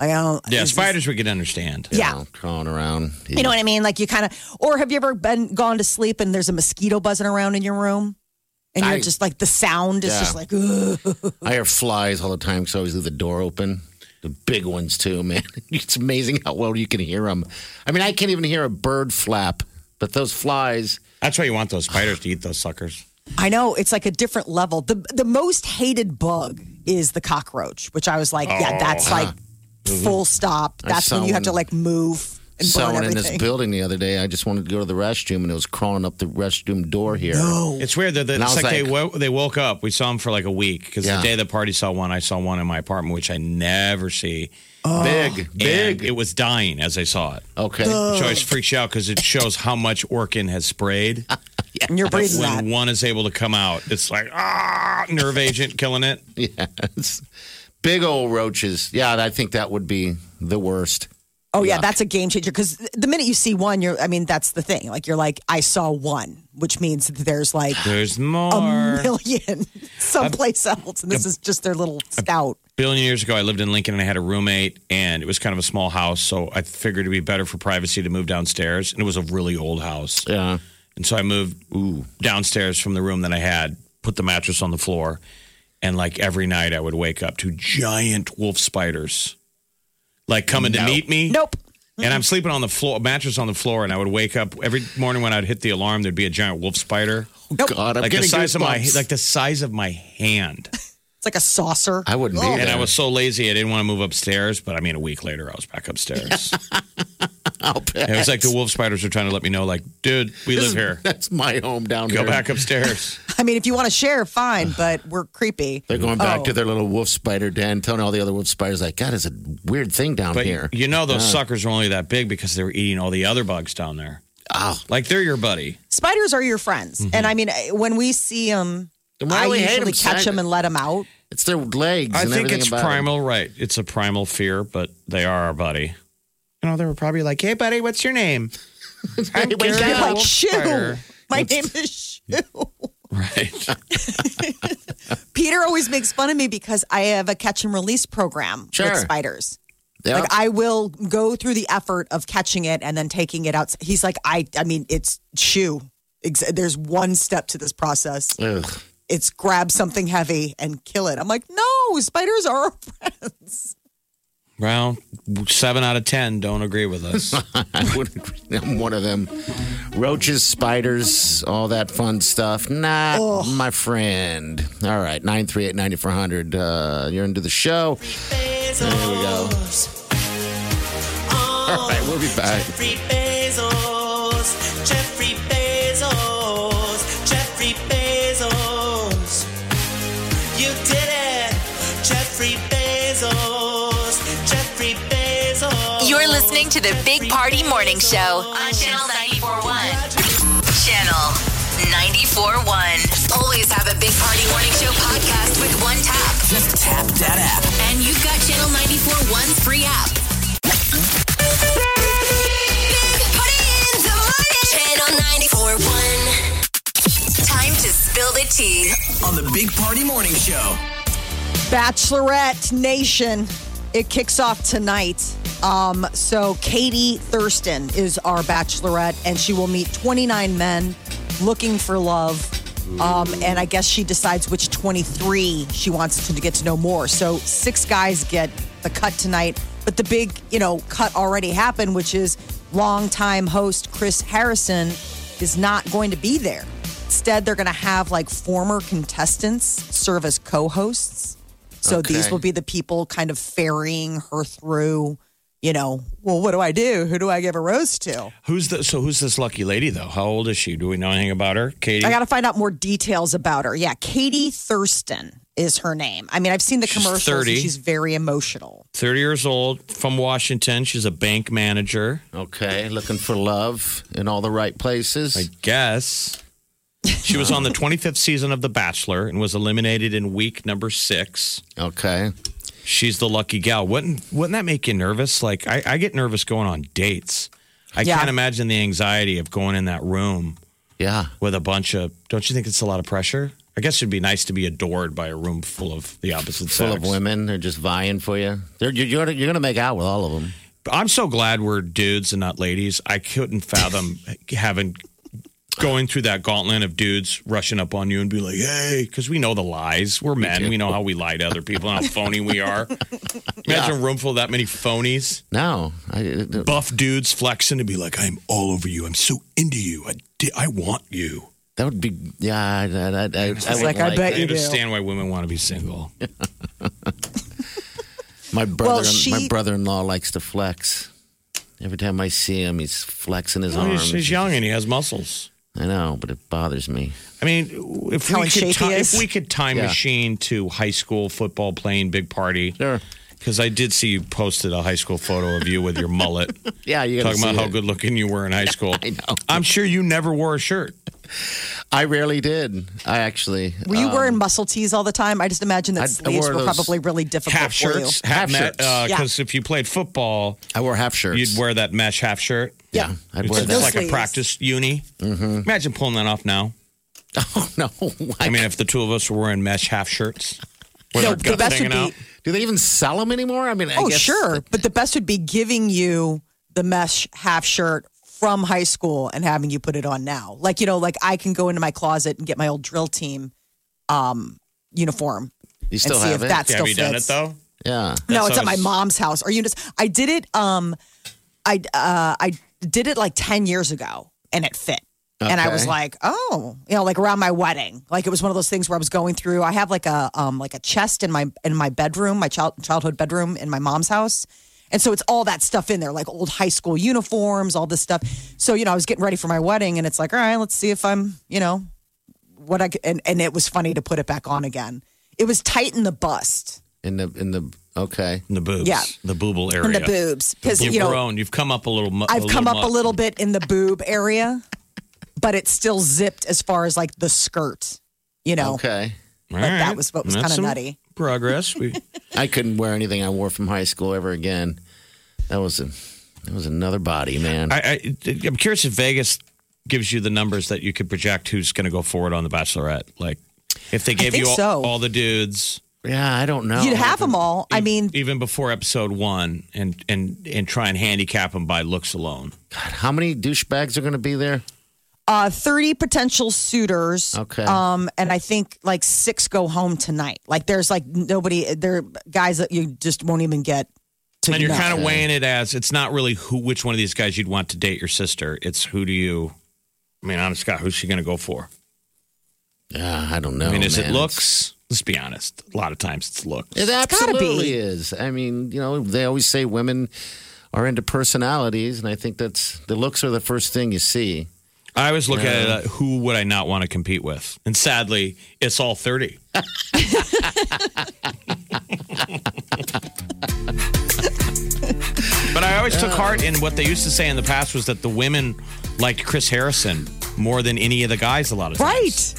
Speaker 4: Like, I don't.
Speaker 6: Yeah,
Speaker 4: this is-
Speaker 6: spiders we could understand.
Speaker 4: Yeah.
Speaker 5: crawling around.
Speaker 4: You know what I mean? Like you kind of, or have you ever been gone to sleep and there's a mosquito buzzing around in your room, and you're
Speaker 5: I-
Speaker 4: just like the sound is
Speaker 5: Yeah.
Speaker 4: just like, Ugh.
Speaker 5: I hear flies all the time because I always leave the door open. The big ones too, man. It's amazing how well you can hear them. I mean, I can't even hear a bird flap, but those flies.
Speaker 6: That's why you want those spiders to eat those suckers.
Speaker 4: I know it's like a different level. The the most hated bug is the cockroach, which I was like, yeah,
Speaker 5: Oh.
Speaker 4: that's like
Speaker 5: Mm-hmm.
Speaker 4: full stop.
Speaker 5: I
Speaker 4: That's when
Speaker 5: saw
Speaker 4: you have to
Speaker 5: one-
Speaker 4: like move and burn
Speaker 5: Someone in this
Speaker 4: everything.
Speaker 5: building the other day, I just wanted to go to the restroom and it was crawling up the restroom door here.
Speaker 6: It's weird that that-
Speaker 5: Oh. And I
Speaker 6: it's
Speaker 5: was
Speaker 6: like, they,
Speaker 5: like-
Speaker 6: wo- they woke up. We saw them for like a week because
Speaker 5: Yeah.
Speaker 6: the day the party saw one, I saw one in my apartment, which I never see.
Speaker 5: Big,
Speaker 6: Oh, And
Speaker 5: big.
Speaker 6: it was dying as I saw it.
Speaker 5: okay.
Speaker 6: Which always freaks you out because it shows how much Orkin has sprayed.
Speaker 4: and you're
Speaker 6: But
Speaker 4: breathing that.
Speaker 6: when one is able to come out, it's like, ah, nerve agent killing it.
Speaker 5: Yes. Big old roaches. Yeah, I think that would be the worst.
Speaker 4: Oh yeah, that's a game changer because the minute you see one, you're. I mean, that's the thing. Like you're like, I saw one, which means that there's like
Speaker 6: There's more.
Speaker 4: a million someplace else, and this is just their little scout.
Speaker 6: billion years ago, I lived in Lincoln and I had a roommate, and it was kind of a small house. So I figured it'd be better for privacy to move downstairs. And it was a really old house.
Speaker 5: Yeah.
Speaker 6: And so I moved downstairs from the room that I had, put the mattress on the floor. And like every night, I would wake up to giant wolf spiders like coming to meet me.
Speaker 4: Nope.
Speaker 6: And I'm sleeping on the floor, mattress on the floor, and I would wake up every morning when I'd hit the alarm. There'd be a giant wolf spider,
Speaker 5: God, I'm
Speaker 6: like the
Speaker 5: getting
Speaker 6: size of my
Speaker 5: goosebumps.
Speaker 6: like the size of my hand.
Speaker 4: It's like a saucer.
Speaker 5: I wouldn't be there.
Speaker 6: And I was so lazy, I didn't want to move upstairs. But I mean, a week later, I was back upstairs.
Speaker 5: I'll bet.
Speaker 6: it was like the wolf spiders were trying to let me know, like, dude, we live
Speaker 5: This is-
Speaker 6: here.
Speaker 5: That's my home down
Speaker 6: Go
Speaker 5: here.
Speaker 6: back upstairs.
Speaker 4: I mean, if you want to share, fine, but we're creepy.
Speaker 5: They're going back
Speaker 4: Oh.
Speaker 5: to their little wolf spider den, telling all the other wolf spiders, like, God, it's a weird thing down
Speaker 6: But
Speaker 5: here. Uh.
Speaker 6: you know, those suckers were only that big because they were eating all the other bugs down there.
Speaker 5: oh,
Speaker 6: Like they're your buddy.
Speaker 4: Spiders are your friends, and I mean, I- when we see them,
Speaker 5: Then
Speaker 4: I
Speaker 5: why do we hate
Speaker 4: usually
Speaker 5: 'em, Simon?
Speaker 4: catch them and let them out.
Speaker 5: it's their legs.
Speaker 6: I
Speaker 5: and
Speaker 6: think
Speaker 5: everything
Speaker 6: it's
Speaker 5: about it.
Speaker 6: primal, right? It's a primal fear, but they are our buddy. You know, they were probably like, "Hey, buddy, what's your name?" I'm
Speaker 5: what's
Speaker 6: Gary
Speaker 5: your
Speaker 4: You're like,
Speaker 6: Wolf
Speaker 4: shoo!
Speaker 6: Spider."
Speaker 4: My name is Shoo.
Speaker 6: Right.
Speaker 4: Peter always makes fun of me because I have a catch and release program
Speaker 5: Sure.
Speaker 4: with spiders.
Speaker 5: Yeah.
Speaker 4: Like I will go through the effort of catching it and then taking it out. He's like, I, I mean, it's shoo. Ex- There's one step to this process.
Speaker 5: Ugh.
Speaker 4: It's grab something heavy and kill it. I'm like, no, spiders are our friends.
Speaker 6: Well, seven out of ten don't agree with us.
Speaker 5: I would agree. I'm one of them. Roaches, spiders, all that fun stuff. Not my friend. All right, 938 9400. Uh, you're into the show. There we go. All right, we'll be back.
Speaker 7: Jeffrey Bezos, Jeffrey Bezos, Jeffrey Bezos. You did it, Jeffrey Bezos, Jeffrey Bezos.
Speaker 2: You're listening to the Big Party Morning Show on Channel 941. Channel 941. Always have a Big Party Morning Show podcast with one tap. Just tap that app. And you've got Channel 941's free app. Big Party in the morning. Channel 941. Time to spill the tea.
Speaker 3: On the Big Party Morning Show.
Speaker 4: Bachelorette Nation, it kicks off tonight. Um, so Katie Thurston is our bachelorette, and she will meet 29 men looking for love. Um, and I guess she decides which 23 she wants to get to know more. So six guys get the cut tonight, but the big, you know, cut already happened, which is longtime host Chris Harrison is not going to be there. Instead, they're going to have like former contestants serve as co-hosts. So these
Speaker 5: Okay.
Speaker 4: will be the people kind of ferrying her through, you know, well, what do I do? Who do I give a rose to?
Speaker 6: who's the so who's this lucky lady though? How old is she? Do we know anything about her? Katie.
Speaker 4: I got to find out more details about her. Yeah, Katie Thurston is her name. I mean, I've seen the
Speaker 6: She's
Speaker 4: commercials.
Speaker 6: 30.
Speaker 4: And she's very emotional.
Speaker 6: 30 years old from Washington. She's a bank manager,
Speaker 5: Okay, looking for love in all the right places.
Speaker 6: I guess. She was on the 25th season of The Bachelor and was eliminated in week number six.
Speaker 5: Okay.
Speaker 6: She's the lucky gal. Wouldn't wouldn't that make you nervous? Like I, I get nervous going on dates. I
Speaker 4: Yeah.
Speaker 6: can't imagine the anxiety of going in that room
Speaker 5: Yeah.
Speaker 6: with a bunch of. Don't you think it's a lot of pressure? I guess it'd be nice to be adored by a room full of the opposite
Speaker 5: Full
Speaker 6: sex.
Speaker 5: of women. They're just vying for you. They're, you're you're, you're going to make out with all of them.
Speaker 6: I'm so glad we're dudes and not ladies. I couldn't fathom having going through that gauntlet of dudes rushing up on you and be like, "Hey," because we know the lies. We're men. We know how we lie to other people and how phony we are. Imagine a room full of that many phonies,
Speaker 5: No. I,
Speaker 6: buff dudes flexing to be like, "I'm all over you. I'm so into you. I
Speaker 8: "D- I want you.
Speaker 5: That would be yeah. That, that, I, I would
Speaker 4: like, I bet
Speaker 5: that.
Speaker 6: I
Speaker 4: you do.
Speaker 6: understand why women want to be single.
Speaker 5: My brother,
Speaker 4: she-
Speaker 5: my brother-in-law likes to flex. Every time I see him, he's flexing his
Speaker 6: Well,
Speaker 5: arms.
Speaker 6: he's, he's young and he has muscles.
Speaker 5: I know, but it bothers me.
Speaker 6: I mean, if
Speaker 4: How
Speaker 6: we
Speaker 4: in
Speaker 6: could
Speaker 4: shape he
Speaker 6: ti-
Speaker 4: is?
Speaker 6: if we could time
Speaker 5: Yeah.
Speaker 6: machine to high school football playing big party,
Speaker 5: Sure.
Speaker 6: because I did see you posted a high school photo of you with your mullet,
Speaker 5: Yeah, you gotta
Speaker 6: talking about
Speaker 5: see
Speaker 6: how
Speaker 5: it.
Speaker 6: good looking you were in high school.
Speaker 5: I know.
Speaker 6: I'm sure you never wore a shirt.
Speaker 5: I rarely did. I actually uh,
Speaker 4: Were you wearing
Speaker 6: Um,
Speaker 4: muscle tees all the time? I just imagine that
Speaker 5: I- I
Speaker 4: sleeves
Speaker 5: wore
Speaker 4: were
Speaker 5: those
Speaker 4: probably really difficult
Speaker 6: half
Speaker 4: for
Speaker 6: shirts,
Speaker 4: you.
Speaker 6: half
Speaker 5: Half
Speaker 6: shirts.
Speaker 5: shirts.
Speaker 6: Because
Speaker 4: Yeah.
Speaker 6: if you played football,
Speaker 5: I wore half shirts.
Speaker 6: you'd wear that mesh half shirt.
Speaker 5: yeah. I'd
Speaker 6: It's
Speaker 5: wear
Speaker 6: just
Speaker 5: that.
Speaker 6: like a
Speaker 4: sleeves.
Speaker 6: practice uni.
Speaker 4: Mm-hmm.
Speaker 6: Imagine pulling that off now.
Speaker 5: oh no!
Speaker 6: I mean, if the two of us were wearing mesh half shirts, with
Speaker 4: No,
Speaker 6: our
Speaker 4: the
Speaker 6: guts
Speaker 4: best
Speaker 6: hanging out.
Speaker 4: would be-
Speaker 5: do they even sell them anymore? I mean, I
Speaker 4: Oh,
Speaker 5: guess
Speaker 4: sure.
Speaker 5: that-
Speaker 4: but the best would be giving you the mesh half shirt from high school and having you put it on now. Like, you know, like I can go into my closet and get my old drill team um, uniform
Speaker 5: you still
Speaker 4: and see
Speaker 5: have
Speaker 4: if
Speaker 5: it.
Speaker 4: that still
Speaker 6: Have you
Speaker 4: fits.
Speaker 6: done it though?
Speaker 5: yeah.
Speaker 4: No,
Speaker 6: That's
Speaker 4: it's at my
Speaker 6: always-
Speaker 4: mom's house. Are you just? I did it. Um, I uh, I did it like ten years ago, and it fit. And I was
Speaker 5: Okay.
Speaker 4: like, oh, you know, like around my wedding, like it was one of those things where I was going through. I have like a um like a chest in my in my bedroom, my child childhood bedroom in my mom's house, and so it's all that stuff in there, like old high school uniforms, all this stuff. So you know, I was getting ready for my wedding, and it's like, all right, let's see if I'm, you know, what I c- and and it was funny to put it back on again. It was tight in the bust
Speaker 5: In the in the okay.
Speaker 6: In the boobs,
Speaker 4: Yeah.
Speaker 6: the boobal area,
Speaker 4: and the boobs because
Speaker 6: You've
Speaker 4: you know
Speaker 6: grown. You've come up a little. mu-
Speaker 4: I've come up
Speaker 6: mu-
Speaker 4: a little bit in the boob area, but it's still zipped as far as like the skirt, you know.
Speaker 5: Okay.
Speaker 6: All
Speaker 4: But
Speaker 6: right.
Speaker 4: that was what was
Speaker 6: That's
Speaker 4: kind of
Speaker 6: some
Speaker 4: nutty.
Speaker 6: Progress. We,
Speaker 5: I couldn't wear anything I wore from high school ever again. That was a, that was another body, man.
Speaker 6: I, I, I'm curious if Vegas gives you the numbers that you could project who's going to go forward on the Bachelorette. Like, if they gave
Speaker 4: think
Speaker 6: you all,
Speaker 4: so.
Speaker 6: all the dudes
Speaker 5: yeah, I don't know.
Speaker 4: You'd have them all. I mean,
Speaker 6: even before episode one, and and and try and handicap them by looks alone.
Speaker 5: How many douchebags are going to be there?
Speaker 4: uh, thirty potential suitors.
Speaker 5: Okay.
Speaker 4: Um, and I think like six go home tonight. Like there's like nobody. There are guys that you just won't even get to.
Speaker 6: and you're
Speaker 4: know.
Speaker 6: kind of weighing it as it's not really who which one of these guys you'd want to date your sister. It's who do you? I mean, honest God, who's she going to go for?
Speaker 5: Yeah, I don't know.
Speaker 4: Oh,
Speaker 6: I mean, is it
Speaker 5: man.
Speaker 6: looks? Let's be honest. A lot of times it's looks.
Speaker 5: It
Speaker 4: gotta be.
Speaker 5: absolutely is. I mean, you know, they always say women are into personalities, and I think that's the looks are the first thing you see.
Speaker 6: I always look at it uh, who would I not want to compete with? And sadly, it's all 30. but I always took heart in what they used to say in the past was that the women liked Chris Harrison more than any of the guys a lot of times.
Speaker 4: right.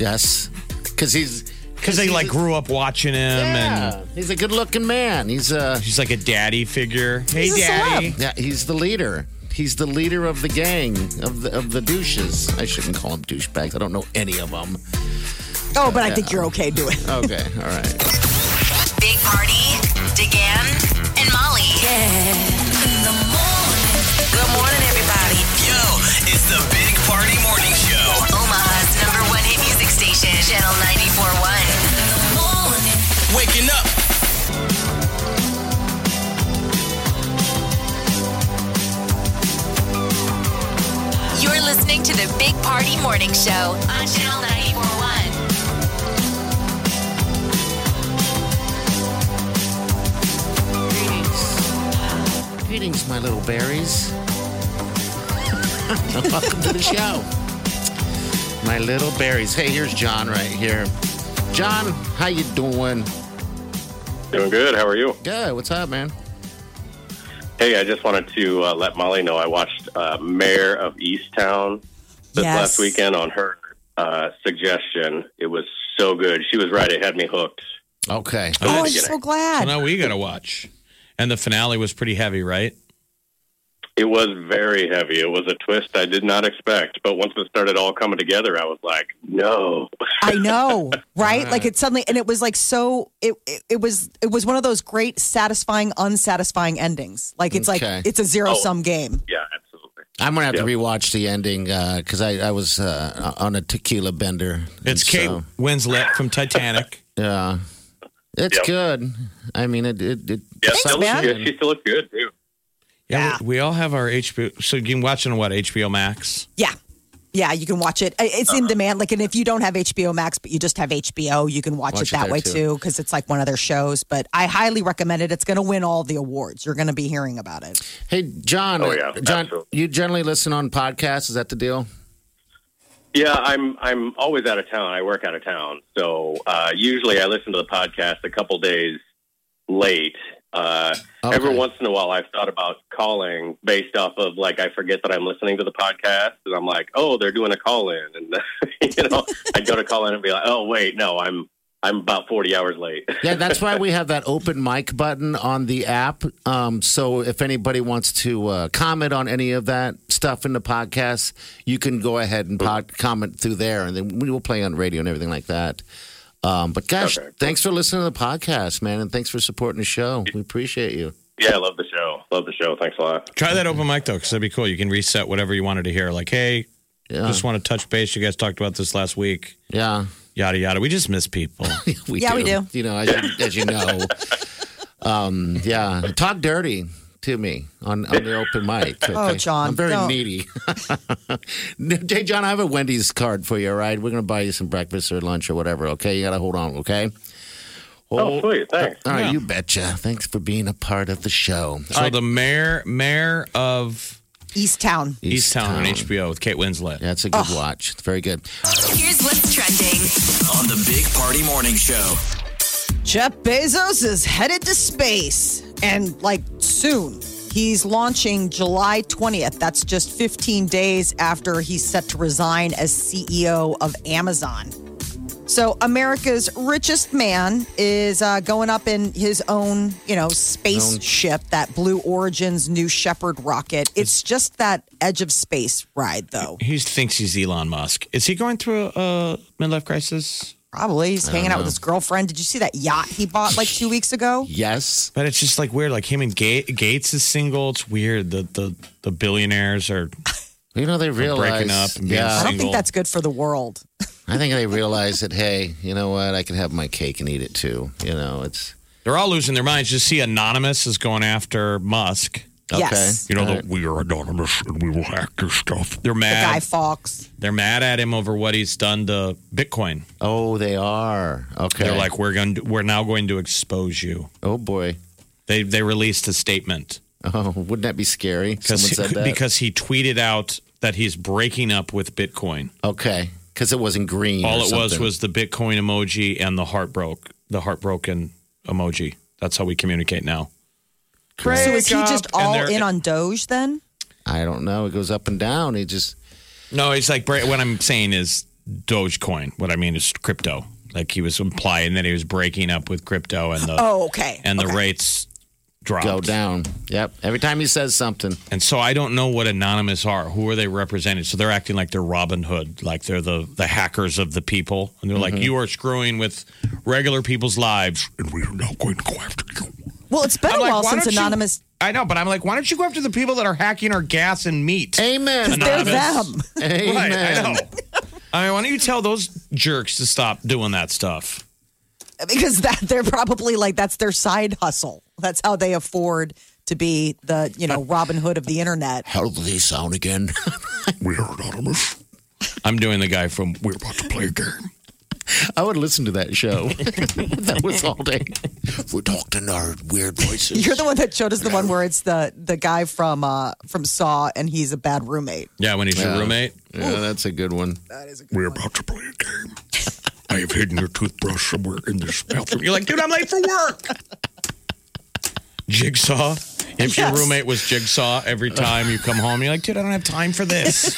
Speaker 5: Yes, because he's
Speaker 6: Because they
Speaker 5: he's
Speaker 6: like
Speaker 5: a-
Speaker 6: grew up watching him and
Speaker 5: yeah, he's a good-looking man. He's a
Speaker 6: he's like a daddy figure. Hey,
Speaker 4: He's a
Speaker 6: daddy.
Speaker 5: yeah, he's the leader. He's the leader of the gang of the of the douches. I shouldn't call them douchebags. I don't know any of them.
Speaker 4: Oh, but I think you're okay doing. it.
Speaker 5: Okay, all right.
Speaker 2: Big Party, DeGan, and Molly. In the morning. Good morning, everybody.
Speaker 3: Yo, it's the Big Party Morning Show.
Speaker 2: Omaha's number one hit music station, Channel 94.1.
Speaker 3: Waking up.
Speaker 2: You're listening to the Big Party Morning Show on Channel 94.1.
Speaker 5: Greetings, greetings, my little berries. Welcome to the show, my little berries. Hey, here's John right here. John, how you doing?
Speaker 9: Doing good. How are you?
Speaker 5: Good. What's up, man?
Speaker 9: Hey, I just wanted to uh, let Molly know I watched uh, Mayor of Easttown this
Speaker 4: Yes.
Speaker 9: last weekend on her uh, suggestion. It was so good. She was right. It had me hooked.
Speaker 5: Okay.
Speaker 4: Oh, I'm
Speaker 9: Beginning.
Speaker 4: so
Speaker 6: So
Speaker 4: glad.
Speaker 6: now we got to watch. And the finale was pretty heavy, right?
Speaker 9: It was very heavy. It was a twist I did not expect. But once it started all coming together, I was like, no.
Speaker 4: I know, right? Like it suddenly, and it was like so. It, it it was it was one of those great, satisfying, unsatisfying endings. Like it's
Speaker 5: Okay.
Speaker 4: like it's a zero sum game.
Speaker 9: Yeah, absolutely.
Speaker 5: I'm gonna have to
Speaker 9: Yep.
Speaker 5: rewatch the ending because I, I was uh, on a tequila bender.
Speaker 6: It's
Speaker 5: And
Speaker 6: Kate
Speaker 5: so-
Speaker 6: Winslet from Titanic.
Speaker 5: Yeah, it's
Speaker 9: Yep.
Speaker 5: good. I mean, it. it, it
Speaker 9: Yeah,
Speaker 5: sucks
Speaker 9: still,
Speaker 4: man.
Speaker 9: yeah,
Speaker 5: in.
Speaker 9: she still looked good, too.
Speaker 6: Yeah, we, we all have our HBO. So you can watch it on what HBO Max.
Speaker 4: Yeah, Yeah, you can watch it. I- It's in demand. Like, and if you don't have HBO Max, but you just have HBO, you can watch,
Speaker 5: Watch
Speaker 4: it
Speaker 5: it
Speaker 4: that
Speaker 5: there,
Speaker 4: way too,
Speaker 5: too.
Speaker 4: because it's like one of their shows. But I highly recommend it. It's going to win all the awards. You're going to be hearing about it.
Speaker 5: Hey, John.
Speaker 9: Oh, yeah,
Speaker 5: John,
Speaker 9: absolutely.
Speaker 5: you generally listen on podcasts. Is that the deal?
Speaker 9: Yeah, I'm I'm always out of town. I work out of town, so uh, usually I listen to the podcast a couple days late. Uh,
Speaker 5: Okay.
Speaker 9: Every once in a while, I've thought about calling based off of like I forget that I'm listening to the podcast, and I'm like, oh, they're doing a call in, and you know, I go to call in and be like, oh, wait, no, I'm I'm about forty hours late.
Speaker 5: Yeah, that's why we have that open mic button on the app. Um, so if anybody wants to uh, comment on any of that stuff in the podcast, you can go ahead and pod- comment through there, and then we will play on radio and everything like that. Um, but gosh,
Speaker 9: Okay.
Speaker 5: thanks for listening to the podcast, man, and thanks for supporting the show. We appreciate you.
Speaker 9: yeah, I love the show. Love the show. Thanks a lot.
Speaker 6: Try that open mic though, because that'd be cool. You can reset whatever you wanted to hear. Like, hey,
Speaker 5: Yeah,
Speaker 6: just want to touch base. You guys talked about this last week.
Speaker 5: yeah.
Speaker 6: Yada yada. We just miss people.
Speaker 5: we
Speaker 4: Yeah, we do.
Speaker 5: You know, as you, as you know, um, yeah, talk dirty to me on, on the open mic.
Speaker 4: Oh,
Speaker 5: okay?
Speaker 4: John,
Speaker 5: I'm very
Speaker 4: don't.
Speaker 5: needy. hey, John, I have a Wendy's card for you. All right, we're gonna buy you some breakfast or lunch or whatever. Okay, you gotta hold on. Okay.
Speaker 9: Oh,
Speaker 5: Hold-
Speaker 9: sweet. Thanks.
Speaker 5: All right, you betcha. Thanks for being a part of the show.
Speaker 6: so the mayor mayor of
Speaker 4: Easttown.
Speaker 6: Easttown on HBO with Kate Winslet.
Speaker 5: That's a good watch. It's very good.
Speaker 2: Here's what's trending.
Speaker 3: on the Big Party Morning Show.
Speaker 4: Jeff Bezos is headed to space and like soon. He's launching July 20th. That's just 15 days after he's set to resign as CEO of Amazon. So America's richest man is uh, going up in his own, you know, spaceship, that Blue Origin's New Shepard rocket. It's just that edge of space ride, though.
Speaker 6: He thinks he's Elon Musk. Is he going through a, a midlife crisis?
Speaker 4: Probably he's hanging out with his girlfriend. Did you see that yacht he bought like two weeks ago?
Speaker 5: Yes.
Speaker 6: But it's just like weird. Like him and Ga- Gates is single. It's weird. The the the billionaires are
Speaker 5: You know they realize
Speaker 6: breaking up and being
Speaker 4: I
Speaker 5: yeah,
Speaker 4: don't think that's good for the world.
Speaker 5: I think they realize that. Hey, you know what? I can have my cake and eat it too. You know, it's
Speaker 6: they're all losing their minds. Just see, Anonymous is going after Musk.
Speaker 5: okay.
Speaker 4: Yes.
Speaker 6: You know,
Speaker 5: All
Speaker 6: the,
Speaker 5: right.
Speaker 6: we are anonymous and we will hack your stuff. They're
Speaker 4: Guy
Speaker 6: mad.
Speaker 4: Fawkes.
Speaker 6: They're mad at him over what he's done to Bitcoin.
Speaker 5: Oh, they are. Okay.
Speaker 6: They're like, we're going. To, we're now going to expose you.
Speaker 5: oh boy.
Speaker 6: They they released a statement
Speaker 5: Oh, wouldn't that be scary? Someone
Speaker 6: because
Speaker 5: said that.
Speaker 6: because he tweeted out that he's breaking up with Bitcoin.
Speaker 5: okay, because it wasn't green. or
Speaker 6: All it was
Speaker 5: something.
Speaker 6: was the Bitcoin emoji and the heart broke, the heartbroken emoji. That's how we communicate now.
Speaker 4: So is he just
Speaker 6: Break up. And
Speaker 4: all
Speaker 6: they're-
Speaker 4: in on Doge then?
Speaker 5: I don't know. It goes up and down. He just
Speaker 6: No, it's like bra- what I'm saying is Dogecoin. What I mean is crypto. Like he was implying that he was breaking up with crypto and the
Speaker 4: Oh, okay.
Speaker 6: and the rates dropped.
Speaker 5: go down. Yep. Every time he says something.
Speaker 6: And so I don't know what anonymous are. Who are they representing? So they're acting like they're Robin Hood, like they're the the hackers of the people, and they're
Speaker 5: Mm-hmm.
Speaker 6: like, "You are screwing with regular people's lives, and we are now going to go after you."
Speaker 4: Well, it's been a
Speaker 6: like,
Speaker 4: while
Speaker 6: why
Speaker 4: since
Speaker 6: don't you-
Speaker 4: Anonymous.
Speaker 6: I know, but I'm like, why don't you go after the people that are hacking our gas and meat?
Speaker 5: Amen.
Speaker 4: They're
Speaker 6: Anonymous.
Speaker 4: them.
Speaker 5: Amen.
Speaker 6: Right, I know. I mean, why don't you tell those jerks to stop doing that stuff?
Speaker 4: Because that they're probably like that's their side hustle. That's how they afford to be the, you know, Robin Hood of the internet.
Speaker 5: How do they sound again?
Speaker 8: We are anonymous.
Speaker 6: I'm doing the guy from
Speaker 8: We're about to play a game.
Speaker 5: I would listen to that show. that was all day.
Speaker 8: We talk in our weird voices.
Speaker 4: You're the one that showed us the one where it's the the guy from uh from Saw and he's a bad roommate.
Speaker 6: yeah when he's your roommate.
Speaker 5: Yeah, that's a good one.
Speaker 8: We're about to play a game. I have hidden your toothbrush somewhere in this bathroom.
Speaker 6: You're like, dude, I'm late for work. Jigsaw. If your
Speaker 4: Yes.
Speaker 6: roommate was Jigsaw, every time you come home, you're like, dude, I don't have time for this.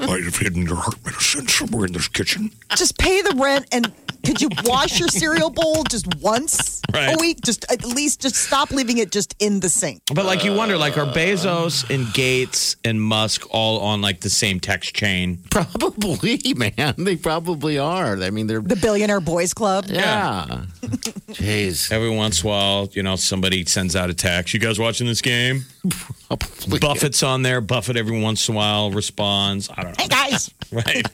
Speaker 8: I have hidden your heart medicine somewhere in this kitchen.
Speaker 4: Just pay the rent and could you wash your cereal bowl just once
Speaker 6: Right.
Speaker 4: a week? Just at least just stop leaving it just in the sink.
Speaker 6: but like, you wonder, like, are Bezos and Gates and Musk all on like the same text chain?
Speaker 5: Probably, man. They probably are. I mean, they're.
Speaker 4: The Billionaire Boys Club.
Speaker 5: yeah. Jeez.
Speaker 6: Every once in a while, you know, somebody sends out a text. You guys watching this game?
Speaker 5: Probably.
Speaker 6: Buffett's on there. Buffett every once in a while responds. I don't know.
Speaker 4: Hey guys.
Speaker 6: Right?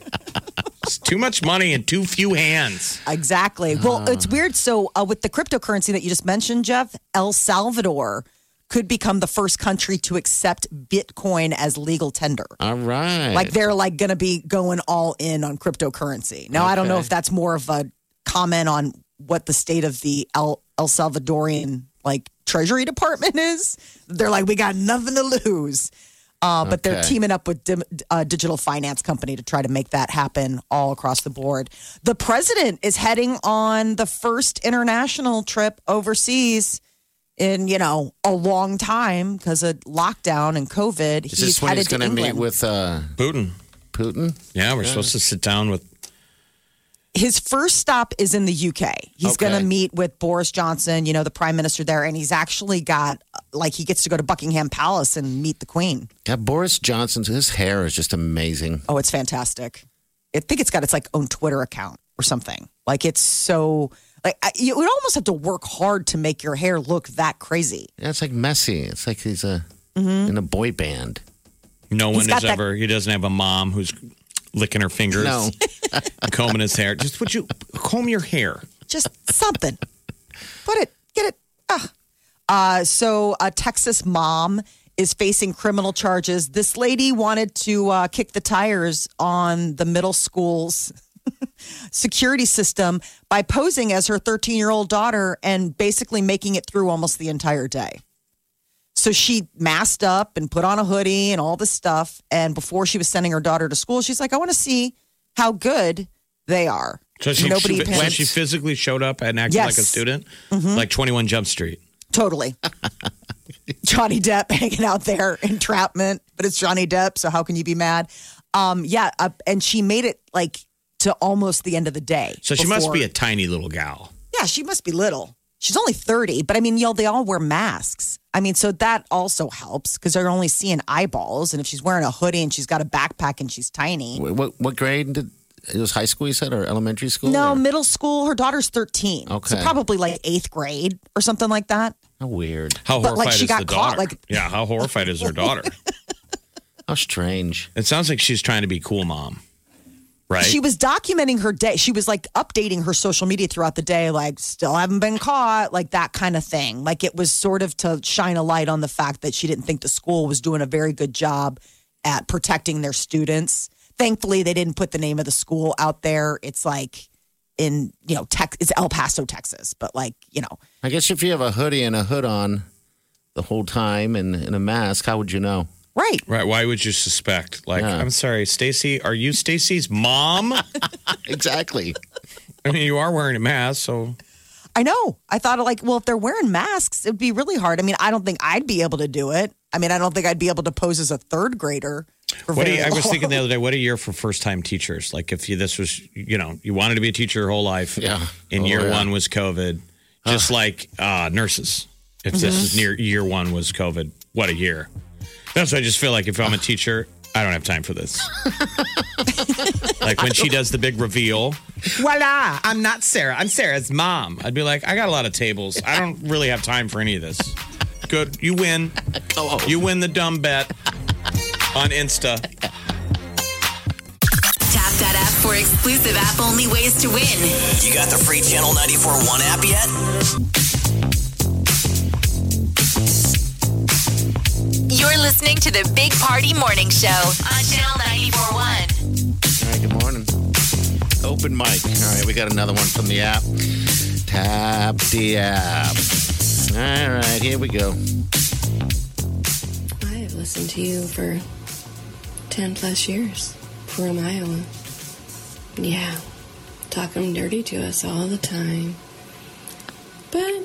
Speaker 6: it's too much money and too few hands.
Speaker 4: Exactly. Well, it's weird. So, uh, with the cryptocurrency that you just mentioned, Jeff, El Salvador could become the first country to accept Bitcoin as legal tender.
Speaker 5: All right.
Speaker 4: Like they're like going to be going all in on cryptocurrency. Now I don't know
Speaker 5: Okay.
Speaker 4: if that's more of a comment on what the state of the El, El Salvadorian like Treasury Department is. They're like, we got nothing to lose. Uh, but they're
Speaker 5: Okay.
Speaker 4: teaming up with dim, uh, digital finance company to try to make that happen all across the board. The president is heading on the first international trip overseas in you know a long time because of lockdown and COVID.
Speaker 5: Is this when he's going to meet with uh,
Speaker 6: Putin.
Speaker 5: Putin?
Speaker 6: Yeah, we're supposed to sit down with
Speaker 4: his first stop is in the UK. He's
Speaker 5: Okay.
Speaker 4: going to meet with Boris Johnson, you know, the prime minister there, and he's actually got like he gets to go to Buckingham Palace and meet the Queen.
Speaker 5: Yeah, Boris Johnson's his hair is just amazing.
Speaker 4: Oh, it's fantastic. I think it's got its like own Twitter account or something. Like it's so like I, you would almost have to work hard to make your hair look that crazy.
Speaker 5: Yeah, it's like messy. It's like he's a in a boy band.
Speaker 6: no one
Speaker 4: He's
Speaker 6: is
Speaker 4: got that-
Speaker 6: ever. He doesn't have a mom who's licking her fingers,
Speaker 5: No,
Speaker 6: combing his hair. Just would you comb your hair?
Speaker 4: just something. Put it, get it. Ah. Uh, so, a Texas mom is facing criminal charges. This lady wanted to uh, kick the tires on the middle school's security system by posing as her 13 year old daughter and basically making it through almost the entire day. So she masked up and put on a hoodie and all this stuff. And before she was sending her daughter to school, she's like, I want to see how good they are.
Speaker 6: So she, she,
Speaker 4: Nobody
Speaker 6: so
Speaker 4: apparently-
Speaker 6: she physically showed up and acted like a
Speaker 4: Yes. Mm-hmm.
Speaker 6: student, like Twenty One Jump Street.
Speaker 4: Totally. Johnny Depp hanging out there, entrapment, but it's Johnny Depp, so how can you be mad? Um, yeah, uh, and she made it like to almost the end of the day.
Speaker 6: So she must be a
Speaker 4: before-
Speaker 6: tiny little gal.
Speaker 4: yeah, she must be little. She's only thirty, but I mean, you know, they all wear masks. I mean, so that also helps because they're only seeing eyeballs, and if she's wearing a hoodie and she's got a backpack and she's tiny.
Speaker 5: Wh- what what grade did it was high school? You said or elementary school?
Speaker 4: No,
Speaker 5: or-
Speaker 4: middle school. Her daughter's thirteen, so
Speaker 5: Okay.
Speaker 4: probably like eighth grade or something like that.
Speaker 5: How weird.
Speaker 6: How
Speaker 4: But,
Speaker 6: horrified
Speaker 4: like, she
Speaker 6: is
Speaker 4: got
Speaker 6: the
Speaker 4: caught,
Speaker 6: daughter?
Speaker 4: like-
Speaker 6: yeah, how horrified is her daughter?
Speaker 5: How strange.
Speaker 6: It sounds like she's trying to be cool, mom. Right?
Speaker 4: She was documenting her day. She was like updating her social media throughout the day, like still haven't been caught, like that kind of thing. Like it was sort of to shine a light on the fact that she didn't think the school was doing a very good job at protecting their students. Thankfully, they didn't put the name of the school out there. It's like in, you know, Tex it's El Paso, Texas, but like, you know,
Speaker 5: I guess if you have a hoodie and a hood on the whole time and, and a mask, how would you know?
Speaker 4: right.
Speaker 6: right? Why would you suspect? Like,
Speaker 5: Yeah.
Speaker 6: I'm sorry, Stacy. Are you Stacy's mom?
Speaker 5: Exactly.
Speaker 6: I mean, you are wearing a mask, so
Speaker 4: I know. I thought like, well, if they're wearing masks, it'd be really hard. I mean, I don't think I'd be able to do it. I mean, I don't think I'd be able to pose as a third grader. for
Speaker 6: What do
Speaker 4: very
Speaker 6: you, I was
Speaker 4: long.
Speaker 6: thinking the other day, what a year for first time teachers. Like if you, this was, you know, you wanted to be a teacher your whole life.
Speaker 5: Yeah.
Speaker 6: And
Speaker 5: Oh,
Speaker 6: year
Speaker 5: yeah.
Speaker 6: one was COVID. Just like uh, nurses. If this is near year one was COVID, what a year. That's why I just feel like if I'm a teacher, I don't have time for this. like when she does the big reveal, voila, I'm not Sarah. I'm Sarah's mom. I'd be like, I got a lot of tables. I don't really have time for any of this. Good. You win. You win the dumb bet on Insta.
Speaker 2: Tap that app for exclusive app only ways to win.
Speaker 3: You got the free Channel 941 app yet?
Speaker 2: You're listening to the Big Party Morning Show on Channel 941.
Speaker 5: All right, good morning. Open mic. All right, we got another one from the app. Tap the app. All right, here we go.
Speaker 10: I have listened to you for 10 plus years from Iowa. Yeah, talking dirty to us all the time. But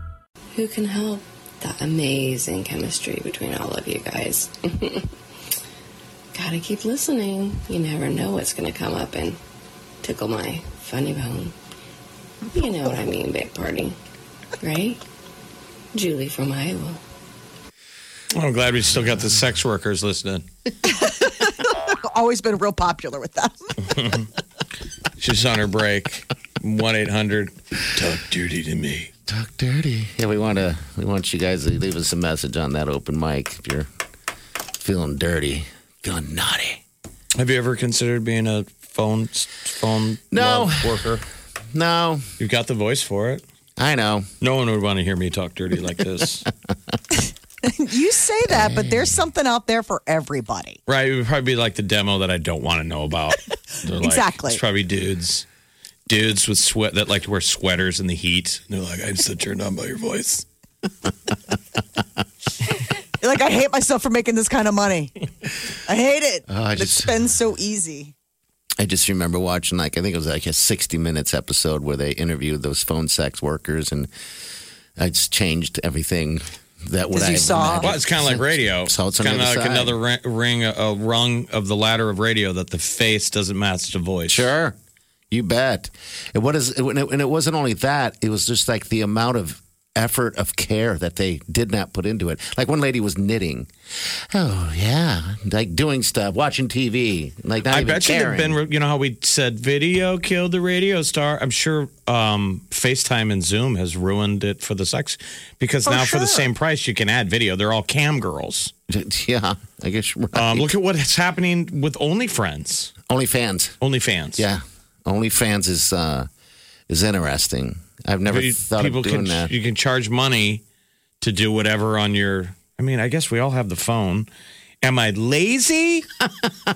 Speaker 10: who can help that amazing chemistry between all of you guys? Gotta keep listening. You never know what's gonna come up and tickle my funny bone. You know what I mean, big party, right? Julie from Iowa.
Speaker 6: I'm glad we still got the sex workers listening.
Speaker 4: Always been real popular with them.
Speaker 6: She's on her break. One eight hundred.
Speaker 5: Talk dirty to me. Talk dirty. Yeah, we want to. We want you guys to leave us a message on that open mic if you're feeling dirty, feeling naughty.
Speaker 6: Have you ever considered being a phone phone
Speaker 5: No.
Speaker 6: love worker?
Speaker 5: No.
Speaker 6: You've got the voice for it.
Speaker 5: I know.
Speaker 6: No one would want to hear me talk dirty like this.
Speaker 4: you say that, but there's something out there for everybody.
Speaker 6: right? It would probably be like the demo that I don't want to know about. They're like-
Speaker 4: Exactly.
Speaker 6: It's probably dudes. Dudes with sweat that like to wear sweaters in the heat. And they're like, I'm so turned on by your voice.
Speaker 4: You're like, I hate myself for making this kind of money. I hate it.
Speaker 5: Oh, I just-
Speaker 4: it's been so easy.
Speaker 5: I just remember watching like I think it was like a sixty minutes episode where they interviewed those phone sex workers, and I just changed everything that what I imagined.
Speaker 6: Well, it's kind of like radio.
Speaker 5: So it's on
Speaker 6: kind
Speaker 5: the
Speaker 6: of
Speaker 5: other
Speaker 6: like
Speaker 5: side.
Speaker 6: another ri- ring, a rung of the ladder of radio that the face doesn't match the voice.
Speaker 5: Sure, you bet. And what is and it, and it wasn't only that; it was just like the amount of effort of care that they did not put into it. Like one lady was knitting. Oh yeah, like doing stuff, watching TV, like not
Speaker 6: I
Speaker 5: even
Speaker 6: bet you
Speaker 5: caring.
Speaker 6: there've been, you know, how we said video killed the radio star. I'm sure um, FaceTime and Zoom has ruined it for the sex because
Speaker 5: Oh,
Speaker 6: now for the
Speaker 5: sure.
Speaker 6: same price you can add video. They're all cam girls.
Speaker 5: Yeah, I guess. Right.
Speaker 6: Um, look at what's happening with OnlyFriends.
Speaker 5: OnlyFans.
Speaker 6: OnlyFans.
Speaker 5: Yeah, OnlyFans is uh, is interesting. I've never
Speaker 6: You-
Speaker 5: thought of
Speaker 6: can,
Speaker 5: doing that.
Speaker 6: You can charge money to do whatever on your. I mean, I guess we all have the phone. Am I lazy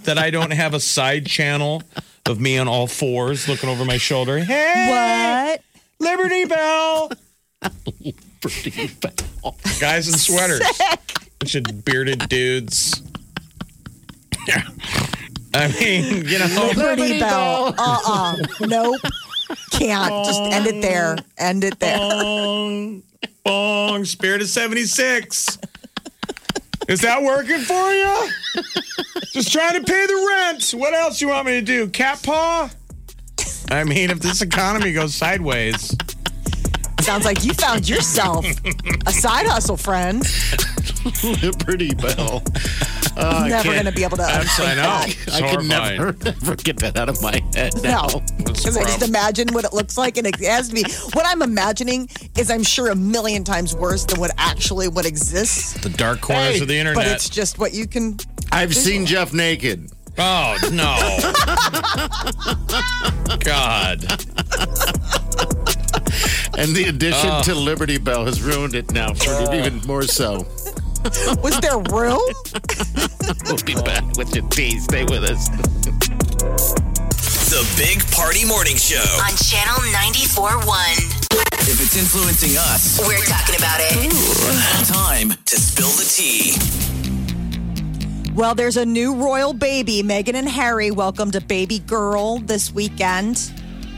Speaker 6: that I don't have a side channel of me on all fours looking over my shoulder? Hey, what? Liberty Bell. Liberty Bell. Guys in sweaters. Bunch of bearded dudes. I mean, you know,
Speaker 4: Liberty Bell. Uh uh Nope. Can't. Just end it there. End it there.
Speaker 6: Bong, bong, Spirit of 76. Is that working for you? Just trying to pay the rent. What else you want me to do? Cat paw? I mean, if this economy goes sideways,
Speaker 4: Sounds like you found yourself a side hustle, friend.
Speaker 5: Liberty Bell.
Speaker 4: I Never can't- gonna be able to I'm so- I
Speaker 5: I know.
Speaker 4: think know. that.
Speaker 5: I can
Speaker 4: It's
Speaker 5: never, never get that out of my head. Now.
Speaker 4: No. Because I just imagine what it looks like, and it has to be. What I'm imagining is, I'm sure, a million times worse than what actually would exist.
Speaker 6: the dark corners of the internet.
Speaker 4: But it's just what you can.
Speaker 5: I've seen Jeff naked.
Speaker 6: Oh no! God.
Speaker 5: And the addition
Speaker 4: Oh.
Speaker 5: to Liberty Bell has ruined it now for even more so.
Speaker 4: Was there room?
Speaker 5: We'll be back with your tea. Stay with us.
Speaker 3: The Big Party Morning Show.
Speaker 2: On Channel 94.1.
Speaker 3: If it's influencing us,
Speaker 2: We're talking about it.
Speaker 3: time to spill the tea.
Speaker 4: Well, there's a new royal baby. Meghan and Harry welcomed a baby girl this weekend,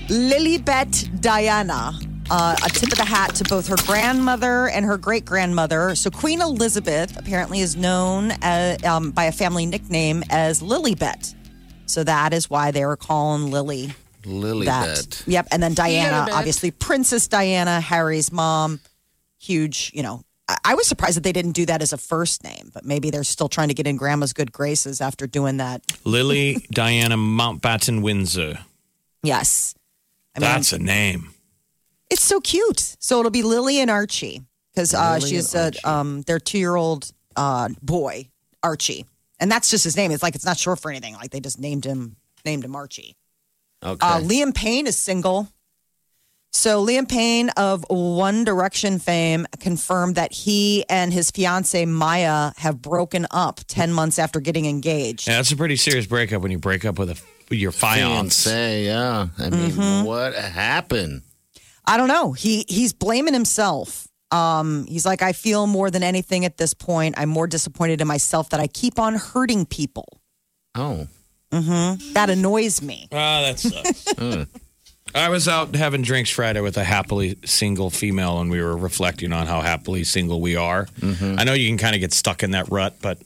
Speaker 4: Lilybet Diana. Uh, a tip of the hat to both her grandmother and her great grandmother. So, Queen Elizabeth apparently is known uh um, by a family nickname as Lilybet. So, that is why they were calling Lily
Speaker 5: Lilybet.
Speaker 4: Yep. And then Diana,
Speaker 5: Lilybet.
Speaker 4: obviously, Princess Diana, Harry's mom. Huge, you know. I- I was surprised that they didn't do that as a first name, but maybe they're still trying to get in grandma's good graces after doing that.
Speaker 6: Lily Diana Mountbatten Windsor.
Speaker 4: Yes. I mean-
Speaker 6: That's a name.
Speaker 4: It's so cute. So it'll be Lily and Archie because uh, she is a, um, their two year old uh, boy, Archie. And that's just his name. It's like it's not short for anything. Like they just named him named him Archie.
Speaker 5: Okay.
Speaker 4: Uh, Liam Payne is single. So Liam Payne of One Direction fame confirmed that he and his fiancee Maya have broken up 10 months after getting engaged.
Speaker 6: Yeah, that's a pretty serious breakup when you break up with a with your fiance.
Speaker 5: Fiance, yeah. I mean, what happened?
Speaker 4: I don't know. He he's blaming himself. Um, he's like, I feel more than anything at this point. I'm more disappointed in myself that I keep on hurting people.
Speaker 5: Oh.
Speaker 4: Mm-hmm. That annoys me.
Speaker 6: Ah, that sucks. I was out having drinks Friday with a happily single female, and we were reflecting on how happily single we are.
Speaker 4: Mm-hmm.
Speaker 6: I know you can kind of get stuck in that rut, but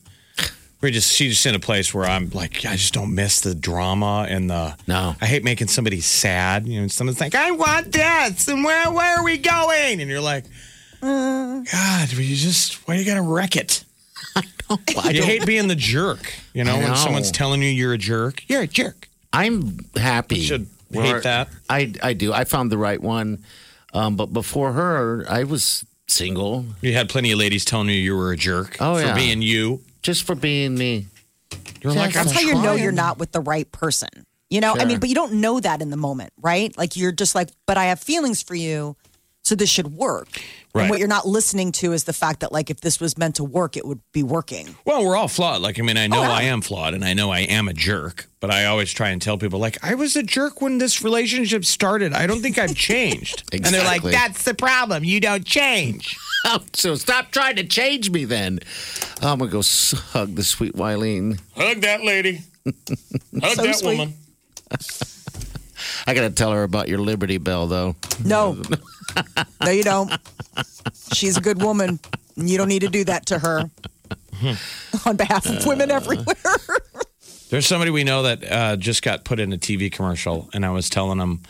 Speaker 6: we're just she's just in a place where I'm like, I just don't miss the drama and the. No, I hate making somebody sad. You know, someone's like, I want this, and where where are we going? And you're like, God, will you just why you gotta wreck it?
Speaker 5: Uh. I
Speaker 6: you
Speaker 5: don't-
Speaker 6: hate being the jerk, you know,
Speaker 5: I
Speaker 6: when
Speaker 5: know.
Speaker 6: someone's telling you you're a jerk. You're a jerk.
Speaker 5: I'm happy. should
Speaker 6: hate that.
Speaker 5: I I do. I found the right one. Um, but before her, I was single.
Speaker 6: You had plenty of ladies telling you you were a jerk
Speaker 5: Oh,
Speaker 6: for
Speaker 5: yeah.
Speaker 6: being you.
Speaker 5: Just for being me.
Speaker 6: You're like,
Speaker 4: that's
Speaker 6: I'm
Speaker 4: how you know
Speaker 6: trying.
Speaker 4: you're not with the right person. You know, I
Speaker 5: Sure.
Speaker 4: mean, but you don't know that in the moment, right? Like you're just like, but I have feelings for you, so this should work.
Speaker 6: Right.
Speaker 4: And what you're not listening to is the fact that, like, if this was meant to work, it would be working.
Speaker 6: Well, we're all flawed. Like, I mean, I
Speaker 5: Oh.
Speaker 6: know I am flawed and I know I am a jerk, but I always try and tell people, like, I was a jerk when this relationship started. I don't think I've changed. And they're like,
Speaker 5: Exactly.
Speaker 6: that's the problem. You don't change.
Speaker 5: Oh, so stop trying to change me then. I'm going to go s- hug the sweet Wileen.
Speaker 6: Hug that lady. Hug
Speaker 4: So
Speaker 6: that
Speaker 4: sweet.
Speaker 6: woman.
Speaker 5: I got to tell her about your Liberty Bell, though.
Speaker 4: No, no, you don't. She's a good woman. and You don't need to do that to her on behalf of women everywhere.
Speaker 6: There's somebody we know that uh, just got put in a TV commercial, and I was telling them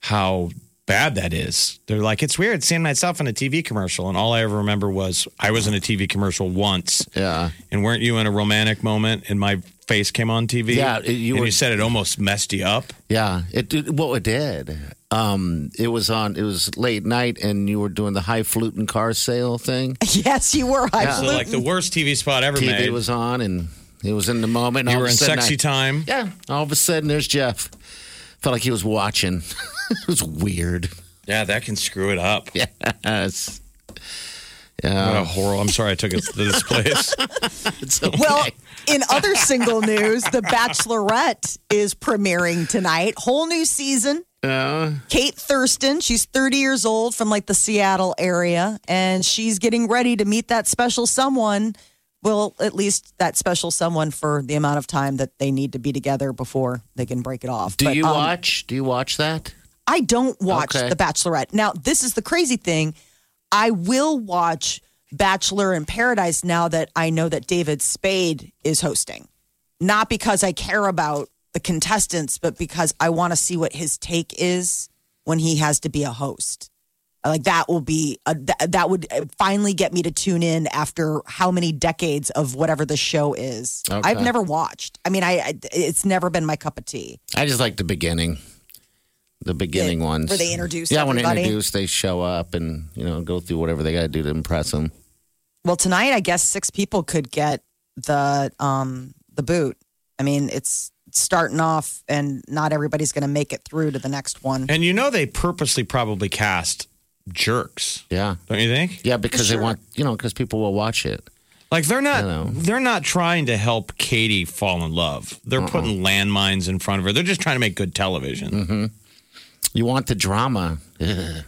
Speaker 6: how bad that is. They're like, it's weird seeing myself in a TV commercial, and all I ever remember was I was in a TV commercial once.
Speaker 5: Yeah.
Speaker 6: And weren't you in a romantic moment, and my face came on TV?
Speaker 5: Yeah, it- you
Speaker 6: and
Speaker 5: were-
Speaker 6: you said it almost messed you up.
Speaker 5: Yeah, it did. Well, it did. Um, it was on. It was late night, and you were doing the high flute and car sale thing.
Speaker 4: yes, you were. I
Speaker 6: So like the worst TV spot ever
Speaker 5: TV
Speaker 6: made.
Speaker 5: was on, and it was in the moment. and
Speaker 6: you
Speaker 5: all
Speaker 6: were
Speaker 5: of a
Speaker 6: in
Speaker 5: sudden
Speaker 6: sexy
Speaker 5: I-
Speaker 6: time.
Speaker 5: Yeah. All of a sudden, there's Jeff. Felt like he was watching. it was weird.
Speaker 6: Yeah, that can screw it up.
Speaker 5: Yes.
Speaker 6: What a
Speaker 5: Yeah.
Speaker 6: horror. I'm sorry I took it to this place.
Speaker 5: It's okay.
Speaker 4: Well, in other single news, The Bachelorette is premiering tonight. Whole new season.
Speaker 5: Yeah.
Speaker 4: Kate Thurston, she's 30 years old from like the Seattle area, and she's getting ready to meet that special someone. Well, at least that special someone for the amount of time that they need to be together before they can break it off.
Speaker 5: Do
Speaker 4: But,
Speaker 5: you
Speaker 4: um,
Speaker 5: watch? Do you watch that?
Speaker 4: I don't watch
Speaker 5: Okay.
Speaker 4: The Bachelorette. Now, this is the crazy thing. I will watch Bachelor in Paradise now that I know that David Spade is hosting. Not because I care about the contestants, but because I want to see what his take is when he has to be a host. Like that will be a, th- that would uh, finally get me to tune in after how many decades of whatever the show is.
Speaker 5: Okay.
Speaker 4: I've never watched. I mean, I, I it's never been my cup of tea.
Speaker 5: I just like the beginning. The beginning ones.
Speaker 4: where they introduce
Speaker 5: Yeah, when
Speaker 4: everybody?
Speaker 5: they introduce, they show up and, you know, go through whatever they got to do to impress them.
Speaker 4: Well, tonight I guess six people could get the um the boot. I mean, it's starting off, and not everybody's going to make it through to the next one.
Speaker 6: and you know they purposely probably cast jerks.
Speaker 5: Yeah.
Speaker 6: Don't you think?
Speaker 5: Yeah, because
Speaker 4: Sure.
Speaker 5: they want, you know, because people will watch it.
Speaker 6: Like they're
Speaker 5: know.
Speaker 6: not they're not trying to help Katie fall in love. They're putting landmines in front of her. They're just trying to make good television.
Speaker 5: Mm-hmm. You want the drama. Ugh.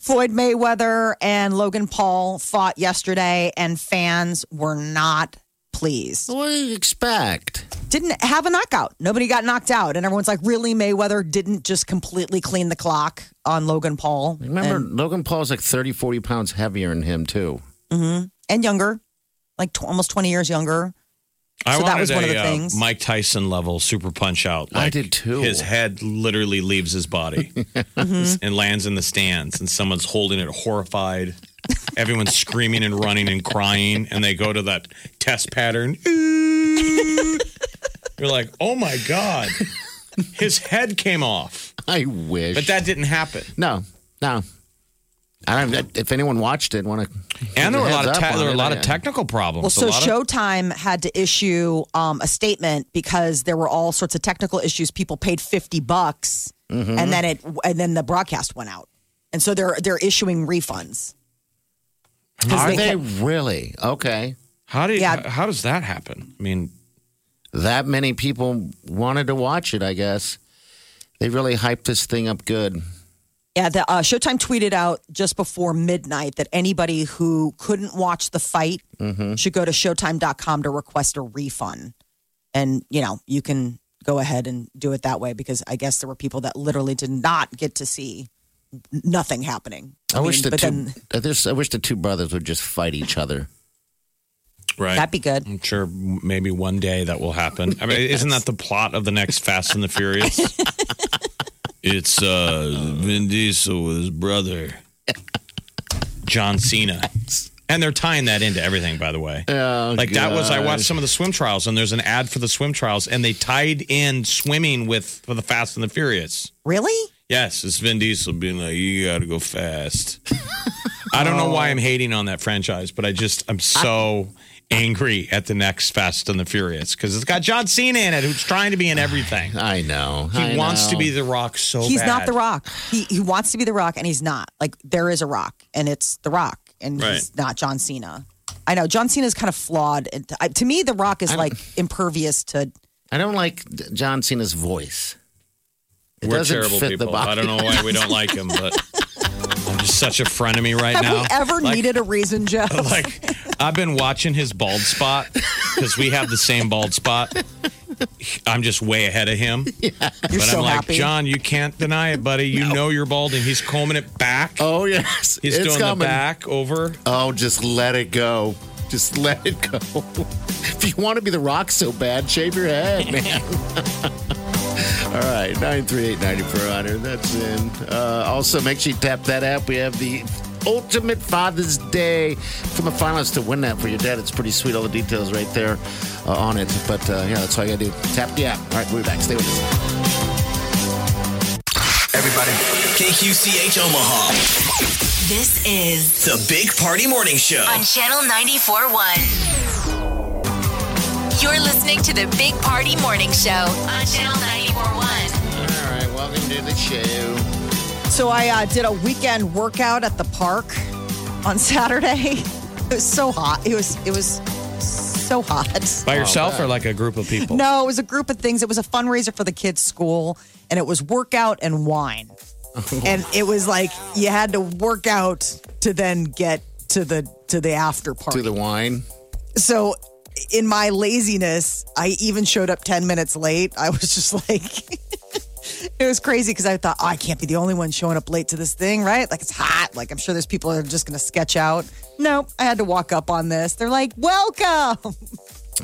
Speaker 4: Floyd Mayweather and Logan Paul fought yesterday, and fans were not pleased.
Speaker 5: What do you expect?
Speaker 4: Didn't have a knockout. Nobody got knocked out, and everyone's like, "Really, Mayweather didn't just completely clean the clock on Logan Paul?"
Speaker 5: Remember,
Speaker 4: and,
Speaker 5: Logan Paul's like 30, 40 pounds heavier than him, too.
Speaker 4: Mhm. and younger, like tw- almost twenty years younger.
Speaker 6: I
Speaker 4: So that
Speaker 6: wanted
Speaker 4: was one
Speaker 6: a,
Speaker 4: of the
Speaker 6: uh,
Speaker 4: things.
Speaker 6: Mike Tyson level super punch out.
Speaker 5: I did too.
Speaker 6: His head literally leaves his body
Speaker 5: Mm-hmm.
Speaker 6: and lands in the stands, and someone's holding it horrified. Everyone's screaming and running and crying, and they go to that test pattern. You're like, oh my god, his head came off,
Speaker 5: I wish.
Speaker 6: but that didn't happen.
Speaker 5: No, no. I don't. If anyone watched it, want to.
Speaker 6: And there were a lot of
Speaker 5: Heads up
Speaker 6: te- there
Speaker 5: on
Speaker 6: were a
Speaker 5: it,
Speaker 6: lot of
Speaker 5: yeah.
Speaker 6: technical problems.
Speaker 4: Well, so
Speaker 6: a lot of-
Speaker 4: Showtime had to issue um, a statement because there were all sorts of technical issues. People paid fifty bucks,
Speaker 5: Mm-hmm.
Speaker 4: and then it and then the broadcast went out, and so they're they're issuing refunds. 'Cause
Speaker 5: Are
Speaker 4: they
Speaker 5: they
Speaker 4: kept-
Speaker 5: really? Okay.
Speaker 6: how do you,
Speaker 4: Yeah.
Speaker 6: how does that happen? I mean,
Speaker 5: That many people wanted to watch it, I guess. They really hyped this thing up good.
Speaker 4: Yeah, the uh, Showtime tweeted out just before midnight that anybody who couldn't watch the fight
Speaker 5: Mm-hmm.
Speaker 4: should go to Showtime.com to request a refund, and you know you can go ahead and do it that way because I guess there were people that literally did not get to see nothing happening.
Speaker 5: I, wish
Speaker 4: mean,
Speaker 5: the
Speaker 4: but
Speaker 5: two.
Speaker 4: then
Speaker 5: I just- I wish the two brothers would just fight each other.
Speaker 6: right?
Speaker 4: that'd be good.
Speaker 6: I'm sure maybe one day that will happen. I mean, isn't that the plot of the next Fast and the Furious? it's uh, Vin Diesel with his brother, John Cena. And they're tying that into everything, by the way.
Speaker 5: Oh,
Speaker 6: like that was I watched some of the swim trials, and there's an ad for the swim trials, and they tied in swimming with for the Fast and the Furious.
Speaker 4: Really?
Speaker 6: Yes, it's Vin Diesel being like, "You got to go fast." I don't know why I'm hating on that franchise, but I just I'm so angry at the next Fast and the Furious because it's got John Cena in it, who's trying to be in everything.
Speaker 5: I know
Speaker 6: he
Speaker 5: I
Speaker 6: wants to
Speaker 5: know.
Speaker 6: be the Rock so
Speaker 4: he's
Speaker 6: bad.
Speaker 4: not the rock. He he wants to be the rock and he's not. Like there is a rock and it's the rock and he's
Speaker 6: Right.
Speaker 4: not John Cena. I know John Cena's kind of flawed. And I, to me, the rock is like impervious to
Speaker 5: I don't like John Cena's voice. It
Speaker 6: We're
Speaker 5: doesn't
Speaker 6: terrible
Speaker 5: fit the
Speaker 6: people. I
Speaker 5: body.
Speaker 6: don't know why we don't like him, but I'm just such a frenemy right
Speaker 4: Have
Speaker 6: now.
Speaker 4: we ever
Speaker 6: Like,
Speaker 4: needed a reason, Jeff?
Speaker 6: like I've been watching his bald spot because we have the same bald spot. I'm just way ahead of him.
Speaker 7: You're
Speaker 6: but
Speaker 7: so
Speaker 6: I'm like,
Speaker 7: happy.
Speaker 6: John, you can't deny it, buddy. You know you're balding. He's combing it back.
Speaker 5: Oh yes.
Speaker 6: He's
Speaker 5: It's
Speaker 6: doing
Speaker 5: coming.
Speaker 6: the back over.
Speaker 5: Oh, just let it go. Just let it go. if you want to be the rock so bad, shave your head, man. All right, 938-9400. That's in. Uh, also, make sure you tap that app. We have the Ultimate Father's Day from the finalists to win that for your dad. It's pretty sweet. All the details right there uh, on it. But uh, yeah, that's all you got to do. Tap the app. All right, we'll be back. Stay with us.
Speaker 3: Everybody. KQCH Omaha.
Speaker 2: This is
Speaker 3: The Big Party Morning Show.
Speaker 2: on Channel 94.1. You're listening to the Big Party Morning Show on Channel 94.1.
Speaker 5: All right, welcome to the show.
Speaker 4: So I uh, did a weekend workout at the park on Saturday. It was so hot. It was it was so hot.
Speaker 6: By yourself or like a group of people?
Speaker 4: No, it was a group of things. It was a fundraiser for the kids' school, and it was workout and wine. and it was like you had to work out to then get to the to the after party.
Speaker 5: To the wine.
Speaker 4: So in my laziness, I even showed up 10 minutes late. I was just like it was crazy because I thought, oh, I can't be the only one showing up late to this thing, right? Like it's hot. Like I'm sure there's people that are just gonna sketch out. No, I had to walk up on this. They're like, welcome.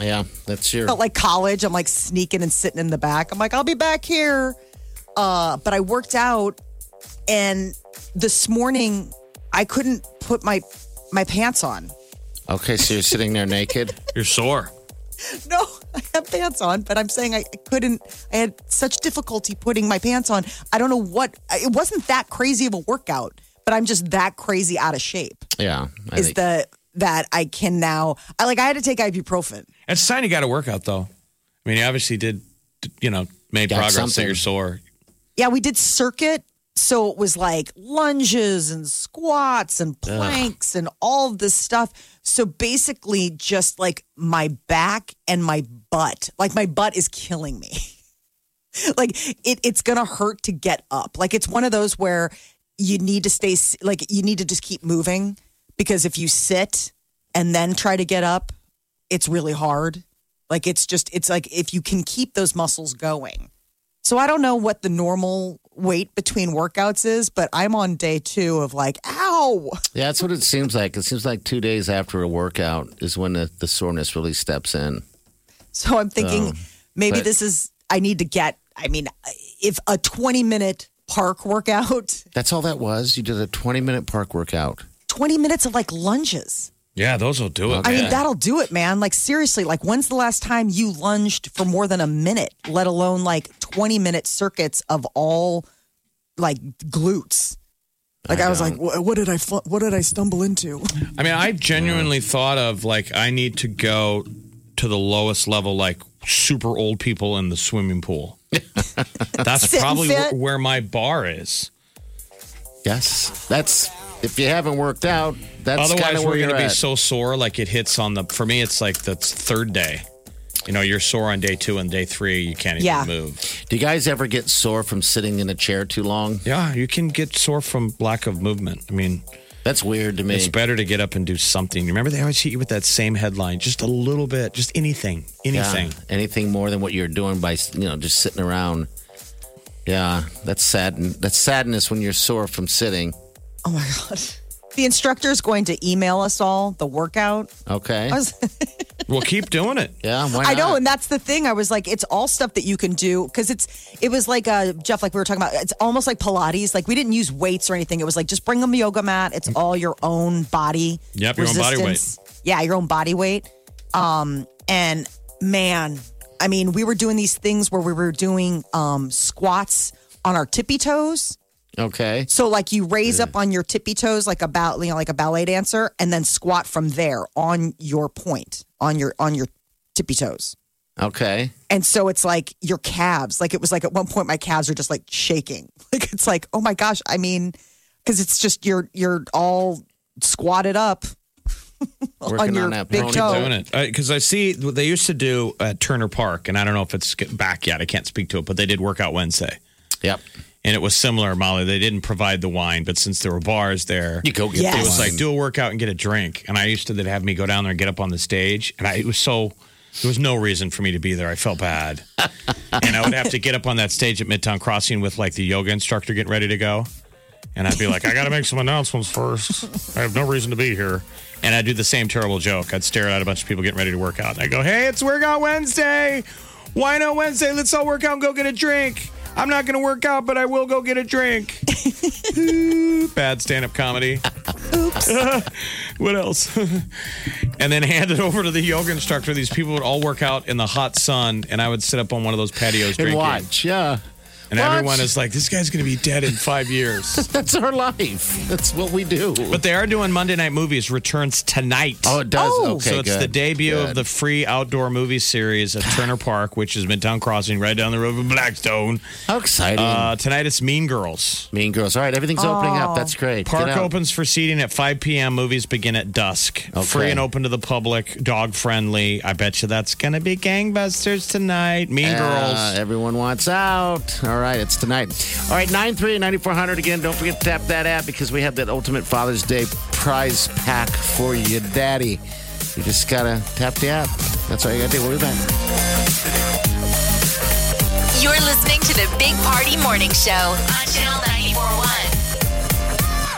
Speaker 5: Yeah, that's your.
Speaker 4: Felt like college. I'm like sneaking and sitting in the back. I'm like, I'll be back here. Uh, but I worked out, and this morning I couldn't put my my pants on.
Speaker 5: Okay, so you're sitting there naked.
Speaker 6: You're sore.
Speaker 4: No, I have pants on, but I'm saying I, I couldn't. I had such difficulty putting my pants on. I don't know what. It wasn't that crazy of a workout, but I'm just that crazy out of shape.
Speaker 5: Yeah. I
Speaker 4: is
Speaker 5: think-
Speaker 4: the that I can now? I like I had to take ibuprofen.
Speaker 6: It's a sign you got to work out, though. I mean, you obviously did, you know, made
Speaker 4: Got
Speaker 6: progress that
Speaker 4: something.
Speaker 6: you're sore.
Speaker 4: Yeah, we did circuit. So it was like lunges and squats and planks and all of this stuff. So basically, just like my back and my butt, like my butt is killing me. like it, it's gonna hurt to get up. Like it's one of those where you need to stay, s- like you need to just keep moving because if you sit and then try to get up, it's really hard. Like it's just, it's like if you can keep those muscles going. So I don't know what the normal wait between workouts is, but I'm on day two of like, ow.
Speaker 5: Yeah, that's what it seems like. It seems like two days after a workout is when the, the soreness really steps in.
Speaker 4: So I'm thinking
Speaker 5: So,
Speaker 4: maybe
Speaker 5: but-
Speaker 4: this is, I need to get, I mean, if a 20 minute park workout,
Speaker 5: That's all that was. You did a 20 minute park workout.
Speaker 4: 20 minutes of like lunges.
Speaker 6: Yeah, those will do it.
Speaker 4: I mean,
Speaker 6: man.
Speaker 4: that'll do it, man. Like, seriously, like, when's the last time you lunged for more than a minute, let alone like 20 minute circuits of all like glutes? Like, I, was like, "Wha- what did I, fu- what did I stumble into?
Speaker 6: I mean, I genuinely thought of like I need to go to the lowest level, like super old people in the swimming pool. That's
Speaker 5: Sit and
Speaker 6: probably
Speaker 5: sit.
Speaker 6: wh- where my bar is.
Speaker 5: Yes. That's, if you haven't worked out, that's kind
Speaker 6: Otherwise,
Speaker 5: of
Speaker 6: we're
Speaker 5: where you're
Speaker 6: gonna be
Speaker 5: at.
Speaker 6: so sore. Like it hits on the. For me, it's like the third day. You know, you're sore on day two and day three. You can't even
Speaker 5: Yeah.
Speaker 6: move.
Speaker 5: do you guys ever get sore from sitting in a chair too long?
Speaker 6: Yeah, you can get sore from lack of movement. I mean,
Speaker 5: that's weird to me.
Speaker 6: It's better to get up and do something. Remember, they always hit you with that same headline, just a little bit, just anything, anything.
Speaker 5: Yeah, anything more than what you're doing by, you know, just sitting around. Yeah, that's sad. That's sadness when you're sore from sitting.
Speaker 4: Oh my God. The instructor is going to email us all the workout.
Speaker 5: Okay.
Speaker 4: I was-
Speaker 6: Well, keep doing it.
Speaker 5: Yeah,
Speaker 4: I know, and that's the thing. I was like, it's all stuff that you can do because it's it was like uh, Jeff, like we were talking about. It's almost like Pilates. Like we didn't use weights or anything. It was like just bring them a yoga mat. It's all your own body.
Speaker 6: Yep, your own body
Speaker 4: resistance. Yeah, your own body weight. Um, and man, I mean, we were doing these things where we were doing um squats on our tippy toes.
Speaker 5: Okay.
Speaker 4: So like you raise up on your tippy toes like a ball, you know, like a ballet dancer, and then squat from there on your point, on your on your tippy toes.
Speaker 5: Okay.
Speaker 4: And so it's like your calves. Like it was like at one point my calves are just like shaking. Like it's like oh my gosh. I mean, because it's just you're you're all squatted up on your big toe.
Speaker 6: doing it because I see what they used to do at Turner Park, and I don't know if it's back yet. I can't speak to it, but they did Workout Wednesday.
Speaker 5: Yep.
Speaker 6: And it was similar, Molly. They didn't provide the wine, but since there were bars there, you
Speaker 5: go
Speaker 4: get
Speaker 6: It
Speaker 4: the
Speaker 6: was
Speaker 4: wine.
Speaker 6: like do a workout and get a drink. And I used to they'd have me go down there and get up on the stage, and I it was so there was no reason for me to be there. I felt bad, and I would have to get up on that stage at Midtown Crossing with like the yoga instructor getting ready to go. And I'd be like, I got to make some announcements first. I have no reason to be here. And I'd do the same terrible joke. I'd stare at a bunch of people getting ready to work out. And I'd go, hey, it's Workout Wednesday. Why not Wednesday? Let's all work out and go get a drink. I'm not going to work out, but I will go get a drink. Ooh, Bad stand up comedy. Oops. what else? and then hand it over to the yoga instructor. These people would all work out in the hot sun, and I would sit up on one of those patios
Speaker 5: And
Speaker 6: drinking.
Speaker 5: watch, yeah.
Speaker 6: And
Speaker 5: Watch.
Speaker 6: everyone is like, this guy's going to be dead in five years.
Speaker 5: That's our life. That's what we do.
Speaker 6: But they are doing Monday Night Movies returns tonight.
Speaker 5: Oh, it does? Oh. Okay,
Speaker 6: so it's
Speaker 5: good.
Speaker 6: the debut of
Speaker 5: Good.
Speaker 6: the free outdoor movie series at Turner Park, which is Midtown Crossing, right down the road from Blackstone.
Speaker 5: How exciting.
Speaker 6: Uh, tonight it's Mean Girls.
Speaker 5: Mean Girls. All right, everything's opening up. That's great. Get
Speaker 6: Oh. Park
Speaker 5: out.
Speaker 6: opens for seating at 5 p.m. Movies begin at dusk.
Speaker 5: Okay.
Speaker 6: Free and open to the public. Dog friendly. I bet you that's gonna be gangbusters tonight. Mean
Speaker 5: Uh,
Speaker 6: Girls.
Speaker 5: Everyone wants out. All right, it's tonight. All right, 93 and 9400 again. Don't forget to tap that app because we have that Ultimate Father's Day prize pack for your daddy. You just got to tap the app. That's all you got to do. We'll be back.
Speaker 2: You're listening to the Big Party Morning Show on Channel 941.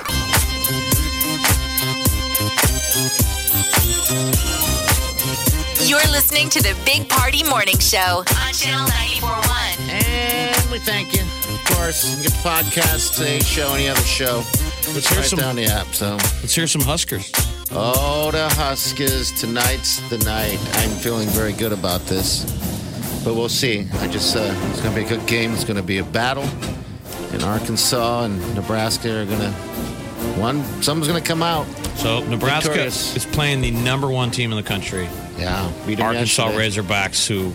Speaker 2: You're listening to the Big Party Morning Show on Channel 941.
Speaker 5: And we thank you, of course. You can get the podcast, today's show, any other show. Let's
Speaker 6: hear
Speaker 5: right
Speaker 6: some-
Speaker 5: down the app. So
Speaker 6: Let's hear some Huskers.
Speaker 5: Oh, the Huskers. Tonight's the night. I'm feeling very good about this. But we'll see. I just, uh, it's going to be a good game. It's going to be a battle. And Arkansas and Nebraska are going to, one, someone's going to come out.
Speaker 6: So Nebraska
Speaker 5: Victorious.
Speaker 6: is playing the number one team in the country.
Speaker 5: Yeah,
Speaker 6: Arkansas
Speaker 5: yesterday.
Speaker 6: Razorbacks, who,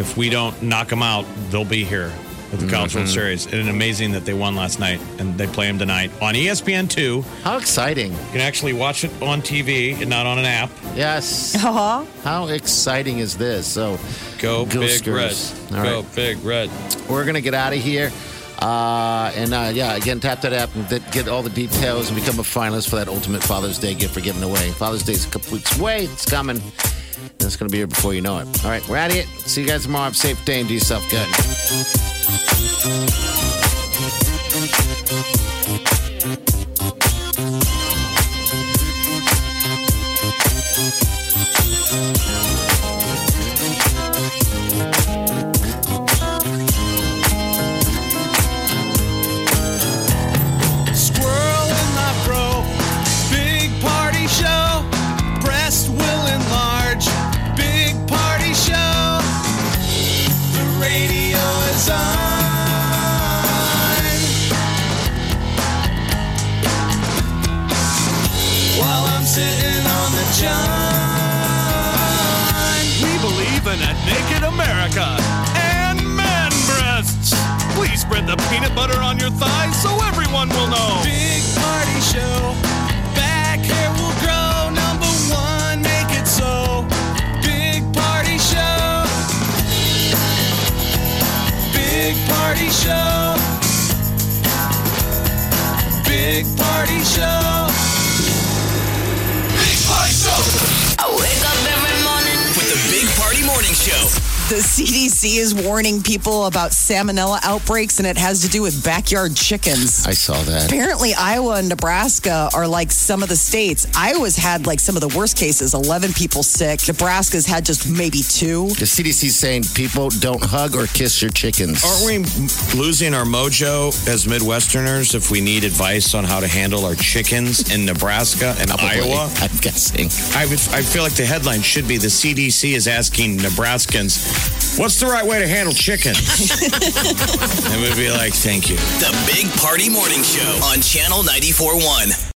Speaker 6: if we don't knock them out, they'll be here at the College World
Speaker 5: Mhm.
Speaker 6: Series. And it's amazing that they won last night and they play them tonight on E ESPN two.
Speaker 5: How exciting!
Speaker 6: You can actually watch it on TV and not on an app.
Speaker 5: Yes.
Speaker 4: Uh-huh.
Speaker 5: How exciting is this? So
Speaker 6: go Big Red. Go Big Red.
Speaker 5: We're going to get out of here. Uh, and uh, yeah, again, tap that app and th- get all the details and become a finalist for that ultimate Father's Day gift for giving away. Father's Day is a couple weeks away. It's coming. And it's going to be here before you know it. All right, we're out of here. See you guys tomorrow. Have a safe day and do yourself good.
Speaker 7: Squirrel in my bro. Big party show. Breast will enlarge. Big party show. The radio is on. While I'm sitting on the john.
Speaker 11: We believe in a naked America and man breasts. Please spread the peanut butter on your thighs so everyone will know.
Speaker 7: Big party show. Back hair will grow. Number one, make it so. Big party show. Big party show. Big party show. Big party show.
Speaker 2: I wake up every morning
Speaker 3: With the Big Party Morning Show.
Speaker 4: The CDC is warning people about salmonella outbreaks, and it has to do with backyard chickens.
Speaker 5: I saw that.
Speaker 4: Apparently, Iowa and Nebraska are like some of the states. Iowa's had like some of the worst cases 11 people sick. Nebraska's had just maybe two.
Speaker 5: The CDC's saying people don't hug or kiss your chickens.
Speaker 6: Aren't we losing our mojo as Midwesterners if we need advice on how to handle our chickens in Nebraska and Iowa?
Speaker 5: I'm guessing.
Speaker 6: I, would, I feel like the headline should be the CDC is asking Nebraskans, what's the right way to handle chickens? and we'd be like, thank you.
Speaker 3: The Big Party Morning Show on Channel 94.1.